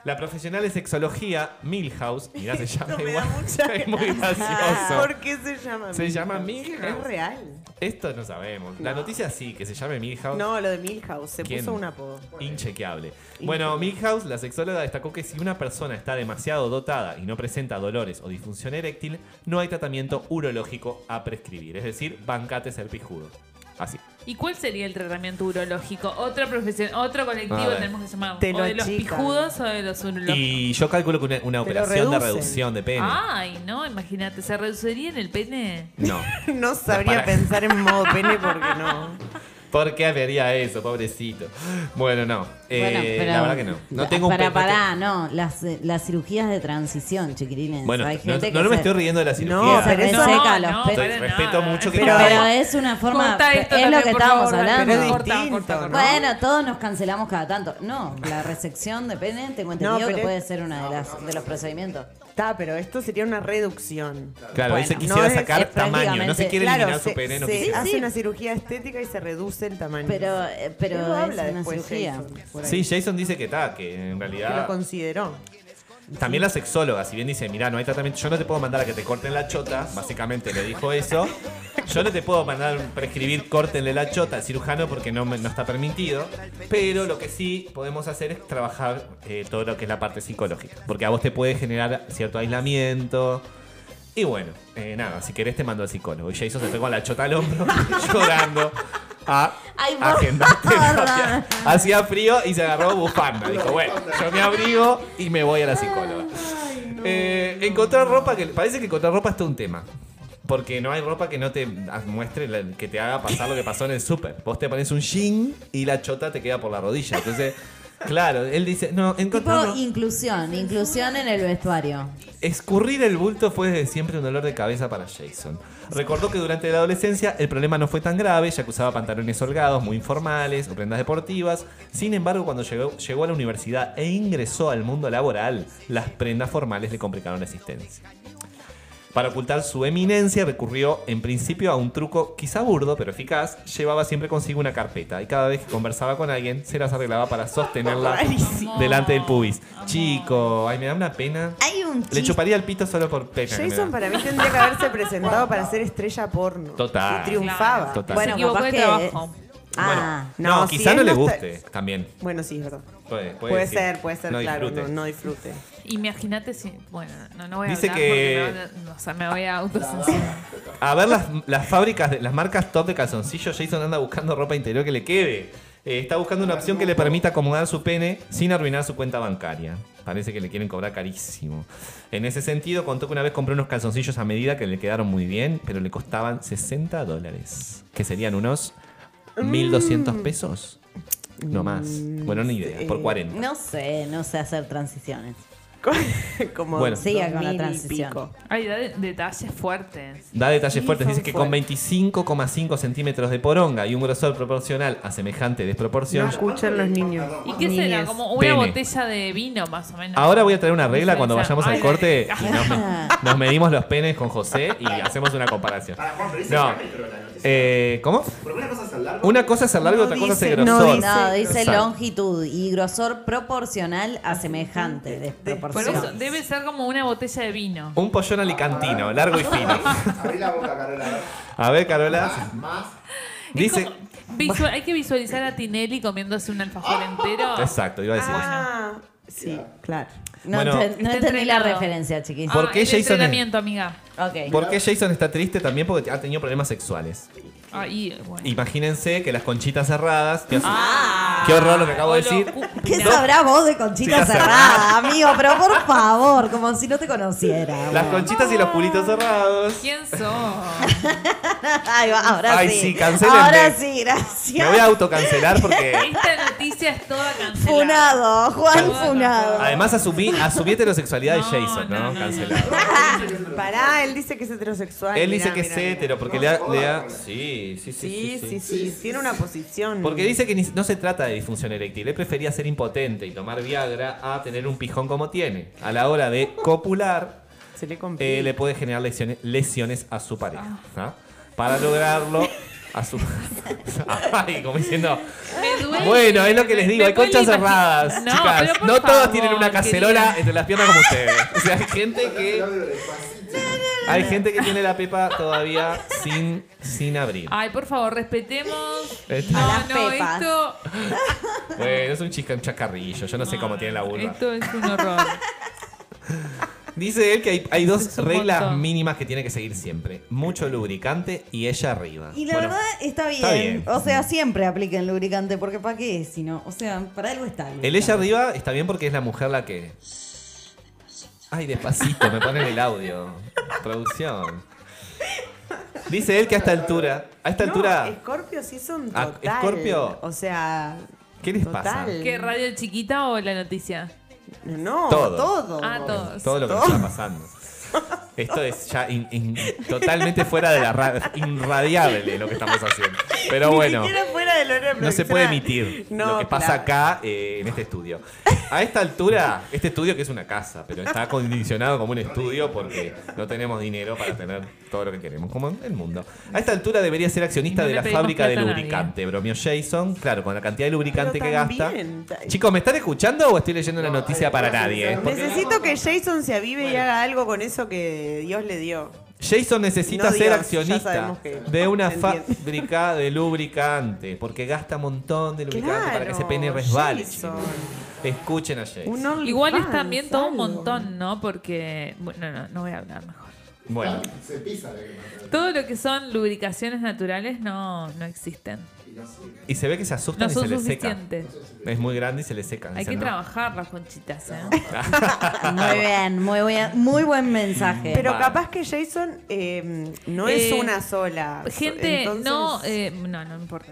[SPEAKER 4] La profesional de sexología, Milhouse, mirá, se llama
[SPEAKER 5] me da
[SPEAKER 4] igual,
[SPEAKER 5] mucha
[SPEAKER 4] es muy gracioso.
[SPEAKER 5] ¿Por qué se llama
[SPEAKER 4] Se
[SPEAKER 5] Milhouse?
[SPEAKER 4] llama Milhouse.
[SPEAKER 5] Es real.
[SPEAKER 4] Esto no sabemos. La noticia sí, que se llame Milhouse.
[SPEAKER 5] No, lo de Milhouse. Se
[SPEAKER 4] ¿Quién?
[SPEAKER 5] puso un apodo.
[SPEAKER 4] Inchequeable. Bueno, Milhouse, la sexóloga, destacó que si una persona está demasiado dotada y no presenta dolores o disfunción eréctil, no hay tratamiento urológico a prescribir. Es decir, bancate ser pijudo. Así.
[SPEAKER 3] ¿Y cuál sería el tratamiento urológico? Otra profesión, otro
[SPEAKER 4] A
[SPEAKER 3] colectivo
[SPEAKER 4] ver.
[SPEAKER 3] tenemos que llamar.
[SPEAKER 5] Te
[SPEAKER 3] o
[SPEAKER 5] lo
[SPEAKER 3] de los
[SPEAKER 5] achican.
[SPEAKER 3] pijudos o de los urológicos.
[SPEAKER 4] Y yo calculo que una, una
[SPEAKER 5] Te lo
[SPEAKER 4] operación de
[SPEAKER 5] reducen.
[SPEAKER 4] reducción de pene.
[SPEAKER 3] Ay, no, imagínate, ¿se reduciría en el pene?
[SPEAKER 4] No.
[SPEAKER 5] No sabría
[SPEAKER 4] Para-
[SPEAKER 5] pensar en modo pene porque no.
[SPEAKER 4] ¿Por qué haría eso, pobrecito? Bueno, no. Eh,
[SPEAKER 2] Bueno, pero-
[SPEAKER 4] la verdad que no. No tengo un
[SPEAKER 2] para,
[SPEAKER 4] pene-
[SPEAKER 2] Pará, no. Las, eh, las cirugías de transición, chiquilines.
[SPEAKER 4] Bueno,
[SPEAKER 2] Hay
[SPEAKER 4] no,
[SPEAKER 2] gente
[SPEAKER 4] no,
[SPEAKER 2] que
[SPEAKER 4] me
[SPEAKER 2] se-
[SPEAKER 4] estoy riendo de la cirugía.
[SPEAKER 5] No,
[SPEAKER 2] Se
[SPEAKER 5] pero eso-
[SPEAKER 2] reseca los pe-
[SPEAKER 3] para
[SPEAKER 4] Respeto mucho que
[SPEAKER 2] Pero,
[SPEAKER 4] no.
[SPEAKER 2] pero es una forma.
[SPEAKER 3] Corta esto
[SPEAKER 2] es lo
[SPEAKER 3] también,
[SPEAKER 2] que
[SPEAKER 3] por
[SPEAKER 2] estábamos
[SPEAKER 3] favor,
[SPEAKER 2] hablando.
[SPEAKER 5] Pero es
[SPEAKER 3] Corta,
[SPEAKER 5] distinto,
[SPEAKER 3] corta, corta.
[SPEAKER 5] ¿no?
[SPEAKER 2] Bueno, todos nos cancelamos cada tanto. No, la resección de pene, tengo entendido que
[SPEAKER 5] pero es-
[SPEAKER 2] puede ser uno de, las, de los procedimientos.
[SPEAKER 5] Está, pero esto sería una reducción.
[SPEAKER 4] Claro,
[SPEAKER 2] Bueno,
[SPEAKER 4] dice
[SPEAKER 2] no
[SPEAKER 4] quisiera
[SPEAKER 5] es-
[SPEAKER 4] sacar
[SPEAKER 2] es
[SPEAKER 4] tamaño. No se
[SPEAKER 2] prácticamente-
[SPEAKER 4] quiere eliminar su
[SPEAKER 5] se,
[SPEAKER 4] pene. No
[SPEAKER 5] se
[SPEAKER 4] quisiera.
[SPEAKER 5] hace
[SPEAKER 2] Sí.
[SPEAKER 5] una cirugía estética y se reduce el tamaño.
[SPEAKER 2] Pero, eh,
[SPEAKER 5] Él
[SPEAKER 2] pero
[SPEAKER 5] lo
[SPEAKER 2] es
[SPEAKER 5] habla
[SPEAKER 2] una
[SPEAKER 5] después,
[SPEAKER 2] cirugía.
[SPEAKER 5] Jason, por ahí.
[SPEAKER 4] Sí, Jason dice que está, que en
[SPEAKER 5] Que lo
[SPEAKER 4] realidad.
[SPEAKER 5] consideró.
[SPEAKER 4] También la sexóloga, si bien dice, mirá, no hay tratamiento, yo no te puedo mandar a que te corten la chota, básicamente le dijo eso. Yo no te puedo mandar, prescribir, córtenle la chota al cirujano porque no, me- no está permitido. Pero lo que sí podemos hacer es trabajar eh, todo lo que es la parte psicológica. Porque a vos te puede generar cierto aislamiento. Y bueno, eh, nada, si querés te mando al psicólogo. Y Jason se fue con la chota al hombro, llorando. A
[SPEAKER 2] Ay, por
[SPEAKER 4] agendar
[SPEAKER 2] favor.
[SPEAKER 4] terapia. Hacía frío y se agarró bufanda. Dijo, bueno, yo me abrigo y me voy a la psicóloga. Eh, encontrar ropa que. Parece que encontrar ropa es todo un tema. Porque no hay ropa que no te ah, muestre, la- que te haga pasar lo que pasó en el súper. Vos te pones un jean y la chota te queda por la rodilla. Entonces, claro, él dice, no,
[SPEAKER 2] Tipo
[SPEAKER 4] encontrar
[SPEAKER 2] inclusión, inclusión en el vestuario.
[SPEAKER 4] Escurrir el bulto fue desde siempre un dolor de cabeza para Jason. Recordó que durante la adolescencia el problema no fue tan grave, ya que usaba pantalones holgados, muy informales o prendas deportivas. Sin embargo, cuando llegó, llegó a la universidad e ingresó al mundo laboral, las prendas formales le complicaron la existencia. Para ocultar su eminencia recurrió en principio a un truco quizá burdo pero eficaz. Llevaba siempre consigo una carpeta y cada vez que conversaba con alguien se las arreglaba para sostenerla delante del pubis. Chico, ay me da una pena.
[SPEAKER 2] Hay un
[SPEAKER 4] Le
[SPEAKER 2] chiste.
[SPEAKER 4] chuparía el pito solo por pena. que me
[SPEAKER 5] Jason
[SPEAKER 4] da.
[SPEAKER 5] para mí tendría que haberse presentado para ser estrella porno.
[SPEAKER 4] Total.
[SPEAKER 5] Y triunfaba.
[SPEAKER 3] Claro.
[SPEAKER 4] Total.
[SPEAKER 3] Se
[SPEAKER 2] Bueno,
[SPEAKER 3] equivocó
[SPEAKER 2] capaz
[SPEAKER 3] de
[SPEAKER 2] que-
[SPEAKER 3] trabajo.
[SPEAKER 2] Ah,
[SPEAKER 4] Bueno, no,
[SPEAKER 5] no,
[SPEAKER 4] quizá
[SPEAKER 5] si
[SPEAKER 4] no
[SPEAKER 5] él
[SPEAKER 4] le
[SPEAKER 5] no
[SPEAKER 4] guste
[SPEAKER 5] está-
[SPEAKER 4] también.
[SPEAKER 5] Bueno, sí, es verdad.
[SPEAKER 4] Puede, puede
[SPEAKER 5] Puede,
[SPEAKER 4] decir.
[SPEAKER 5] ser, puede ser,
[SPEAKER 4] No
[SPEAKER 5] claro,
[SPEAKER 4] disfrute.
[SPEAKER 5] no, no disfrute.
[SPEAKER 3] Imagínate si. Bueno, no, no voy a
[SPEAKER 4] Dice
[SPEAKER 3] hablar
[SPEAKER 4] que-
[SPEAKER 3] porque me voy a- o sea, me voy a autocensurar.
[SPEAKER 4] A ver las, las fábricas, de, las marcas top de calzoncillos, Jason anda buscando ropa interior que le quede. Eh, está buscando una opción que le permita acomodar su pene sin arruinar su cuenta bancaria. Parece que le quieren cobrar carísimo. En ese sentido, contó que una vez compró unos calzoncillos a medida que le quedaron muy bien, pero le costaban 60 dólares, que serían unos 1.200 pesos. No más. Bueno, ni idea, por
[SPEAKER 5] sí.
[SPEAKER 4] 40.
[SPEAKER 2] no sé, no sé hacer transiciones.
[SPEAKER 5] Como
[SPEAKER 4] Bueno.
[SPEAKER 2] Siga con la
[SPEAKER 5] 2000 y
[SPEAKER 2] transición.
[SPEAKER 5] pico.
[SPEAKER 3] Ay, da de- detalles fuertes.
[SPEAKER 4] Da detalles
[SPEAKER 5] Sí,
[SPEAKER 4] fuertes.
[SPEAKER 5] son
[SPEAKER 4] Dice que con
[SPEAKER 5] fuertes.
[SPEAKER 4] 25,5 centímetros de poronga y un grosor proporcional a semejante desproporción.
[SPEAKER 5] No escuchan los niños.
[SPEAKER 3] ¿Y qué será?
[SPEAKER 5] Niñes.
[SPEAKER 3] Como una
[SPEAKER 4] Pene.
[SPEAKER 3] botella de vino, más o menos.
[SPEAKER 4] Ahora voy a traer una regla cuando
[SPEAKER 3] Diferencia.
[SPEAKER 4] vayamos al
[SPEAKER 3] Ay,
[SPEAKER 4] corte. y nos, me- nos medimos los penes con José y hacemos una comparación.
[SPEAKER 7] Para Juan, pero dice
[SPEAKER 4] No.
[SPEAKER 7] que pero la noticia.
[SPEAKER 4] Eh, ¿Cómo?
[SPEAKER 7] Porque una cosa es al largo.
[SPEAKER 4] Una cosa es el largo y
[SPEAKER 5] No
[SPEAKER 4] otra cosa es el
[SPEAKER 5] dice, no
[SPEAKER 4] grosor.
[SPEAKER 5] dice.
[SPEAKER 2] No, dice
[SPEAKER 4] Exacto.
[SPEAKER 2] longitud y grosor proporcional a semejante
[SPEAKER 3] Por eso
[SPEAKER 2] desproporción.
[SPEAKER 3] debe ser como una botella de vino.
[SPEAKER 4] Un pollón alicantino, largo y fino.
[SPEAKER 7] Abrí la boca, Carola. a ver.
[SPEAKER 4] A ver, Carola.
[SPEAKER 7] Más.
[SPEAKER 4] Dice.
[SPEAKER 3] Es como- visual- hay que visualizar a Tinelli comiéndose un alfajor entero.
[SPEAKER 4] Exacto, iba a decir.
[SPEAKER 5] Ah, sí, claro.
[SPEAKER 2] No, enten-
[SPEAKER 4] Bueno.
[SPEAKER 2] no
[SPEAKER 3] Está
[SPEAKER 2] entendí la
[SPEAKER 3] entrenado.
[SPEAKER 2] referencia, chiquis.
[SPEAKER 3] Ah,
[SPEAKER 4] ¿Por qué
[SPEAKER 3] el
[SPEAKER 4] Jason es-
[SPEAKER 3] entrenamiento, amiga.
[SPEAKER 2] Ok.
[SPEAKER 4] ¿Por qué Jason está triste? También porque ha tenido problemas sexuales.
[SPEAKER 3] Ah, y, bueno.
[SPEAKER 4] Imagínense que las conchitas cerradas te hacen-
[SPEAKER 3] Ah.
[SPEAKER 4] Qué horror lo que acabo de
[SPEAKER 3] O lo
[SPEAKER 4] decir.
[SPEAKER 3] cu-
[SPEAKER 2] ¿Qué
[SPEAKER 3] no.
[SPEAKER 2] sabrá vos de conchita
[SPEAKER 4] Chita
[SPEAKER 2] cerrada, amigo? Pero por favor, como si no te conociera.
[SPEAKER 4] Las
[SPEAKER 2] bueno.
[SPEAKER 4] conchitas y los culitos cerrados.
[SPEAKER 3] ¿Quién sos?
[SPEAKER 2] Ay, va, ahora
[SPEAKER 4] Ay,
[SPEAKER 2] sí.
[SPEAKER 4] sí, cancelenme.
[SPEAKER 2] Ahora sí,
[SPEAKER 4] Me voy a
[SPEAKER 2] gracias.
[SPEAKER 4] autocancelar porque.
[SPEAKER 3] Esta noticia es toda cancelada.
[SPEAKER 2] Funado, Juan
[SPEAKER 3] Perdón,
[SPEAKER 2] Funado.
[SPEAKER 4] Además asumí, asumí heterosexualidad de
[SPEAKER 3] No,
[SPEAKER 4] Jason,
[SPEAKER 3] no,
[SPEAKER 4] ¿no?
[SPEAKER 3] no,
[SPEAKER 4] Cancelado.
[SPEAKER 5] Pará, él dice que es heterosexual.
[SPEAKER 4] Él
[SPEAKER 5] mirá,
[SPEAKER 4] dice que
[SPEAKER 5] mirá,
[SPEAKER 4] es
[SPEAKER 5] mirá.
[SPEAKER 4] hetero porque le da, le da- Sí, sí,
[SPEAKER 5] Sí, sí, sí, tiene una posición.
[SPEAKER 4] Porque dice que ni- no se trata de disfunción eréctil. Él prefería ser impotente y tomar Viagra a tener un pijón como tiene. A la hora de copular,
[SPEAKER 5] se le
[SPEAKER 4] eh,
[SPEAKER 5] complica.
[SPEAKER 4] le puede generar lesiones, lesiones a su pareja. ¿ah? Para lograrlo, a su. Ay, como diciendo.
[SPEAKER 3] Me duele.
[SPEAKER 4] Bueno, es lo que les digo,
[SPEAKER 3] Me
[SPEAKER 4] hay
[SPEAKER 3] duele
[SPEAKER 4] conchas
[SPEAKER 3] imagi-
[SPEAKER 4] cerradas,
[SPEAKER 3] No,
[SPEAKER 4] chicas.
[SPEAKER 3] pero por
[SPEAKER 4] No todos
[SPEAKER 3] favor,
[SPEAKER 4] tienen una cacerola
[SPEAKER 3] querida.
[SPEAKER 4] entre las piernas como ustedes. O sea, hay gente que
[SPEAKER 7] Pero despacito.
[SPEAKER 4] hay gente que tiene la pepa todavía sin sin abrir.
[SPEAKER 3] Ay, por favor, respetemos.
[SPEAKER 4] Esto-
[SPEAKER 3] No,
[SPEAKER 2] las
[SPEAKER 3] no,
[SPEAKER 2] pepas.
[SPEAKER 3] esto,
[SPEAKER 4] Bueno, es un chisca- un chacarrillo, yo no sé cómo tiene la vulva.
[SPEAKER 3] esto es un horror.
[SPEAKER 4] Dice él que hay, hay dos
[SPEAKER 3] Es un
[SPEAKER 4] reglas
[SPEAKER 3] montón.
[SPEAKER 4] mínimas que tiene que seguir siempre. Mucho lubricante y ella arriba.
[SPEAKER 2] Y la
[SPEAKER 4] Bueno,
[SPEAKER 2] verdad está bien.
[SPEAKER 4] está bien.
[SPEAKER 2] O sea, siempre apliquen lubricante, porque ¿para qué? Si no, o sea, para algo está.
[SPEAKER 4] El ella arriba está bien porque es la mujer la que. Ay, despacito, me ponen el audio. Producción. Dice él que a esta altura. A esta altura.
[SPEAKER 5] Scorpio sí son
[SPEAKER 4] Ah,
[SPEAKER 5] total.
[SPEAKER 4] Scorpio.
[SPEAKER 5] O sea.
[SPEAKER 4] ¿Qué les
[SPEAKER 5] total.
[SPEAKER 4] pasa?
[SPEAKER 3] ¿Qué radio chiquita o la noticia?
[SPEAKER 5] No,
[SPEAKER 4] Todo.
[SPEAKER 5] todo.
[SPEAKER 3] Ah, todos.
[SPEAKER 4] Todo lo que nos está pasando. Esto es ya in- in- totalmente fuera de la ra- irradiable lo que estamos haciendo. Pero bueno.
[SPEAKER 5] Ni siquiera fuera del horario
[SPEAKER 4] No se
[SPEAKER 5] provisional.
[SPEAKER 4] puede emitir lo que pasa
[SPEAKER 5] claro.
[SPEAKER 4] acá eh, en este estudio. A esta altura, este estudio que es una casa, pero está acondicionado como un estudio porque no tenemos dinero para tener todo lo que queremos, como en el mundo. A esta altura debería ser accionista
[SPEAKER 3] Y no
[SPEAKER 4] de
[SPEAKER 3] le
[SPEAKER 4] la
[SPEAKER 3] pedimos
[SPEAKER 4] fábrica de
[SPEAKER 3] plata a nadie.
[SPEAKER 4] lubricante, bromeó Jason. Claro, con la cantidad de lubricante
[SPEAKER 5] Pero
[SPEAKER 4] que gasta.
[SPEAKER 5] también, ta-
[SPEAKER 4] Chicos, ¿me están escuchando o estoy leyendo una noticia para nadie? Porque
[SPEAKER 5] Necesito que Jason se avive y haga algo con eso que Dios le dio.
[SPEAKER 4] Jason necesita
[SPEAKER 5] No
[SPEAKER 4] ser
[SPEAKER 5] digas, ya
[SPEAKER 4] accionista
[SPEAKER 5] sabemos que-
[SPEAKER 4] de una
[SPEAKER 5] Entiendo.
[SPEAKER 4] fábrica de lubricante, porque gasta un montón de lubricante para que ese pene
[SPEAKER 5] Claro,
[SPEAKER 4] resbale.
[SPEAKER 5] Jason.
[SPEAKER 4] chicos. Escuchen a Jason.
[SPEAKER 5] Un OnlyFans,
[SPEAKER 3] Igual es también todo un
[SPEAKER 5] algo.
[SPEAKER 3] montón, ¿no? Porque. Bueno, no, no voy a hablar mejor.
[SPEAKER 4] Bueno,
[SPEAKER 7] Se pisa la que mata.
[SPEAKER 3] Todo lo que son lubricaciones naturales no, no existen.
[SPEAKER 4] y se ve que se asustan
[SPEAKER 3] No
[SPEAKER 4] y
[SPEAKER 3] son
[SPEAKER 4] se les
[SPEAKER 3] suficientes.
[SPEAKER 4] seca. Es muy grande y se les seca.
[SPEAKER 3] Hay que
[SPEAKER 4] Dicen, no.
[SPEAKER 3] trabajar las conchitas, ¿eh?
[SPEAKER 2] Muy bien, muy buen, muy buen mensaje.
[SPEAKER 5] Pero
[SPEAKER 4] Va.
[SPEAKER 5] capaz que Jason eh, no es
[SPEAKER 3] Eh,
[SPEAKER 5] una sola.
[SPEAKER 3] Gente,
[SPEAKER 5] Entonces-
[SPEAKER 3] no, eh, no, no importa.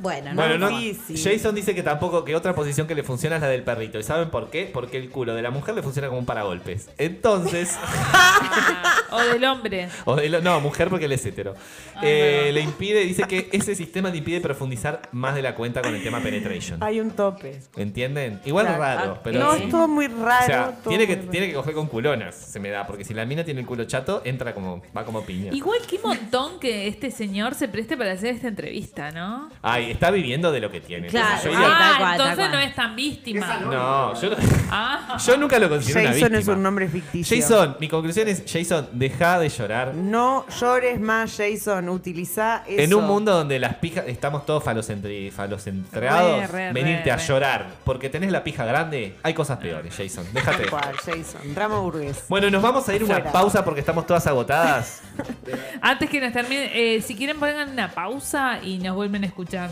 [SPEAKER 2] bueno, no.
[SPEAKER 4] Bueno, no-
[SPEAKER 5] difícil.
[SPEAKER 4] Jason dice que tampoco, que otra posición que le funciona es la del perrito. ¿Y saben por qué? Porque el culo de la mujer le funciona como un paragolpes. Entonces,
[SPEAKER 3] Ah, o del hombre.
[SPEAKER 4] o de lo- no, mujer porque él es hetero.
[SPEAKER 3] Ah,
[SPEAKER 4] Eh, le impide, dice que ese sistema le impide profundizar más de la cuenta con el tema penetration.
[SPEAKER 5] Hay un tope.
[SPEAKER 4] ¿Entienden? Igual
[SPEAKER 5] Claro.
[SPEAKER 4] raro,
[SPEAKER 2] Ah,
[SPEAKER 4] pero
[SPEAKER 5] no,
[SPEAKER 4] sí.
[SPEAKER 5] es todo muy raro.
[SPEAKER 4] O sea,
[SPEAKER 5] todo
[SPEAKER 4] tiene que,
[SPEAKER 5] muy raro.
[SPEAKER 4] tiene que coger con culonas, se me da, porque si la mina tiene el culo chato, entra como, va como piña.
[SPEAKER 3] Igual qué montón que este señor se preste para hacer esta entrevista, ¿no?
[SPEAKER 4] Ay, está viviendo de lo que tiene.
[SPEAKER 2] Claro.
[SPEAKER 4] Yo, iría-
[SPEAKER 2] tal
[SPEAKER 3] Ah,
[SPEAKER 2] cual, tal
[SPEAKER 3] entonces
[SPEAKER 2] cual.
[SPEAKER 3] no es tan víctima.
[SPEAKER 4] no, yo,
[SPEAKER 3] Ah,
[SPEAKER 4] yo nunca lo considero una
[SPEAKER 5] Jason
[SPEAKER 4] víctima.
[SPEAKER 5] es un nombre ficticio.
[SPEAKER 4] Jason, mi conclusión es, Jason, deja de llorar.
[SPEAKER 5] No llores más, Jason. Utiliza eso.
[SPEAKER 4] En un mundo donde las pijas, estamos todos falocentri, falocentrados,
[SPEAKER 3] Re, re,
[SPEAKER 4] venirte
[SPEAKER 3] re,
[SPEAKER 4] a
[SPEAKER 3] re.
[SPEAKER 4] llorar, porque tenés la pija grande, hay cosas peores, Jason, déjate.
[SPEAKER 5] Tal cual, Jason. Drama burgués.
[SPEAKER 4] Bueno, nos vamos a ir a una
[SPEAKER 5] Fuera.
[SPEAKER 4] pausa porque estamos todas agotadas.
[SPEAKER 3] antes que nos termine, eh, si quieren pongan una pausa y nos vuelven a escuchar.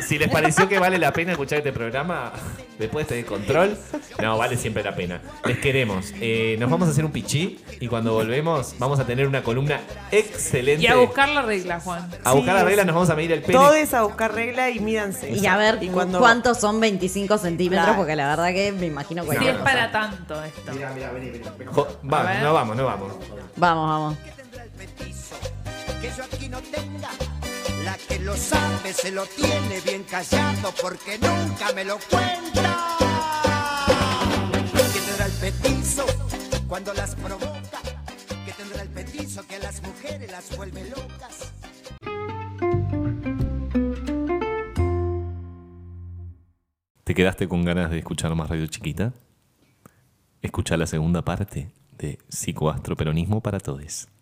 [SPEAKER 4] Si les pareció que vale la pena escuchar este programa después de este control, no, vale siempre la pena. Les queremos. Eh, nos vamos a hacer un pichí y cuando volvemos vamos a tener una columna excelente.
[SPEAKER 3] Y a buscar la regla, Juan.
[SPEAKER 4] A buscar
[SPEAKER 5] Sí,
[SPEAKER 4] la regla,
[SPEAKER 5] sí.
[SPEAKER 4] nos vamos a medir el pene.
[SPEAKER 5] Todo es a buscar regla y mídanse.
[SPEAKER 2] Y a ver
[SPEAKER 5] Y
[SPEAKER 2] cu-
[SPEAKER 5] cuando-
[SPEAKER 2] cuántos son 25 centímetros,
[SPEAKER 5] Claro.
[SPEAKER 2] porque la verdad que me imagino
[SPEAKER 3] Si
[SPEAKER 2] cualquier
[SPEAKER 3] es
[SPEAKER 2] cosa.
[SPEAKER 3] para tanto esto.
[SPEAKER 7] Mira, mira, vení, vení. vení.
[SPEAKER 4] Jo-
[SPEAKER 3] A
[SPEAKER 4] vamos,
[SPEAKER 3] ver.
[SPEAKER 4] no vamos, no vamos.
[SPEAKER 2] Vamos, vamos.
[SPEAKER 8] que tendrá el petizo, que yo aquí no tenga. La que lo sabe se lo tiene bien callado porque nunca me lo cuenta. Que tendrá el petizo cuando las provoca. Que tendrá el petizo que a las mujeres las vuelve locas.
[SPEAKER 4] ¿Te quedaste con ganas de escuchar más Radio Chiquita? Escucha la segunda parte de Psicoastroperonismo para Todes.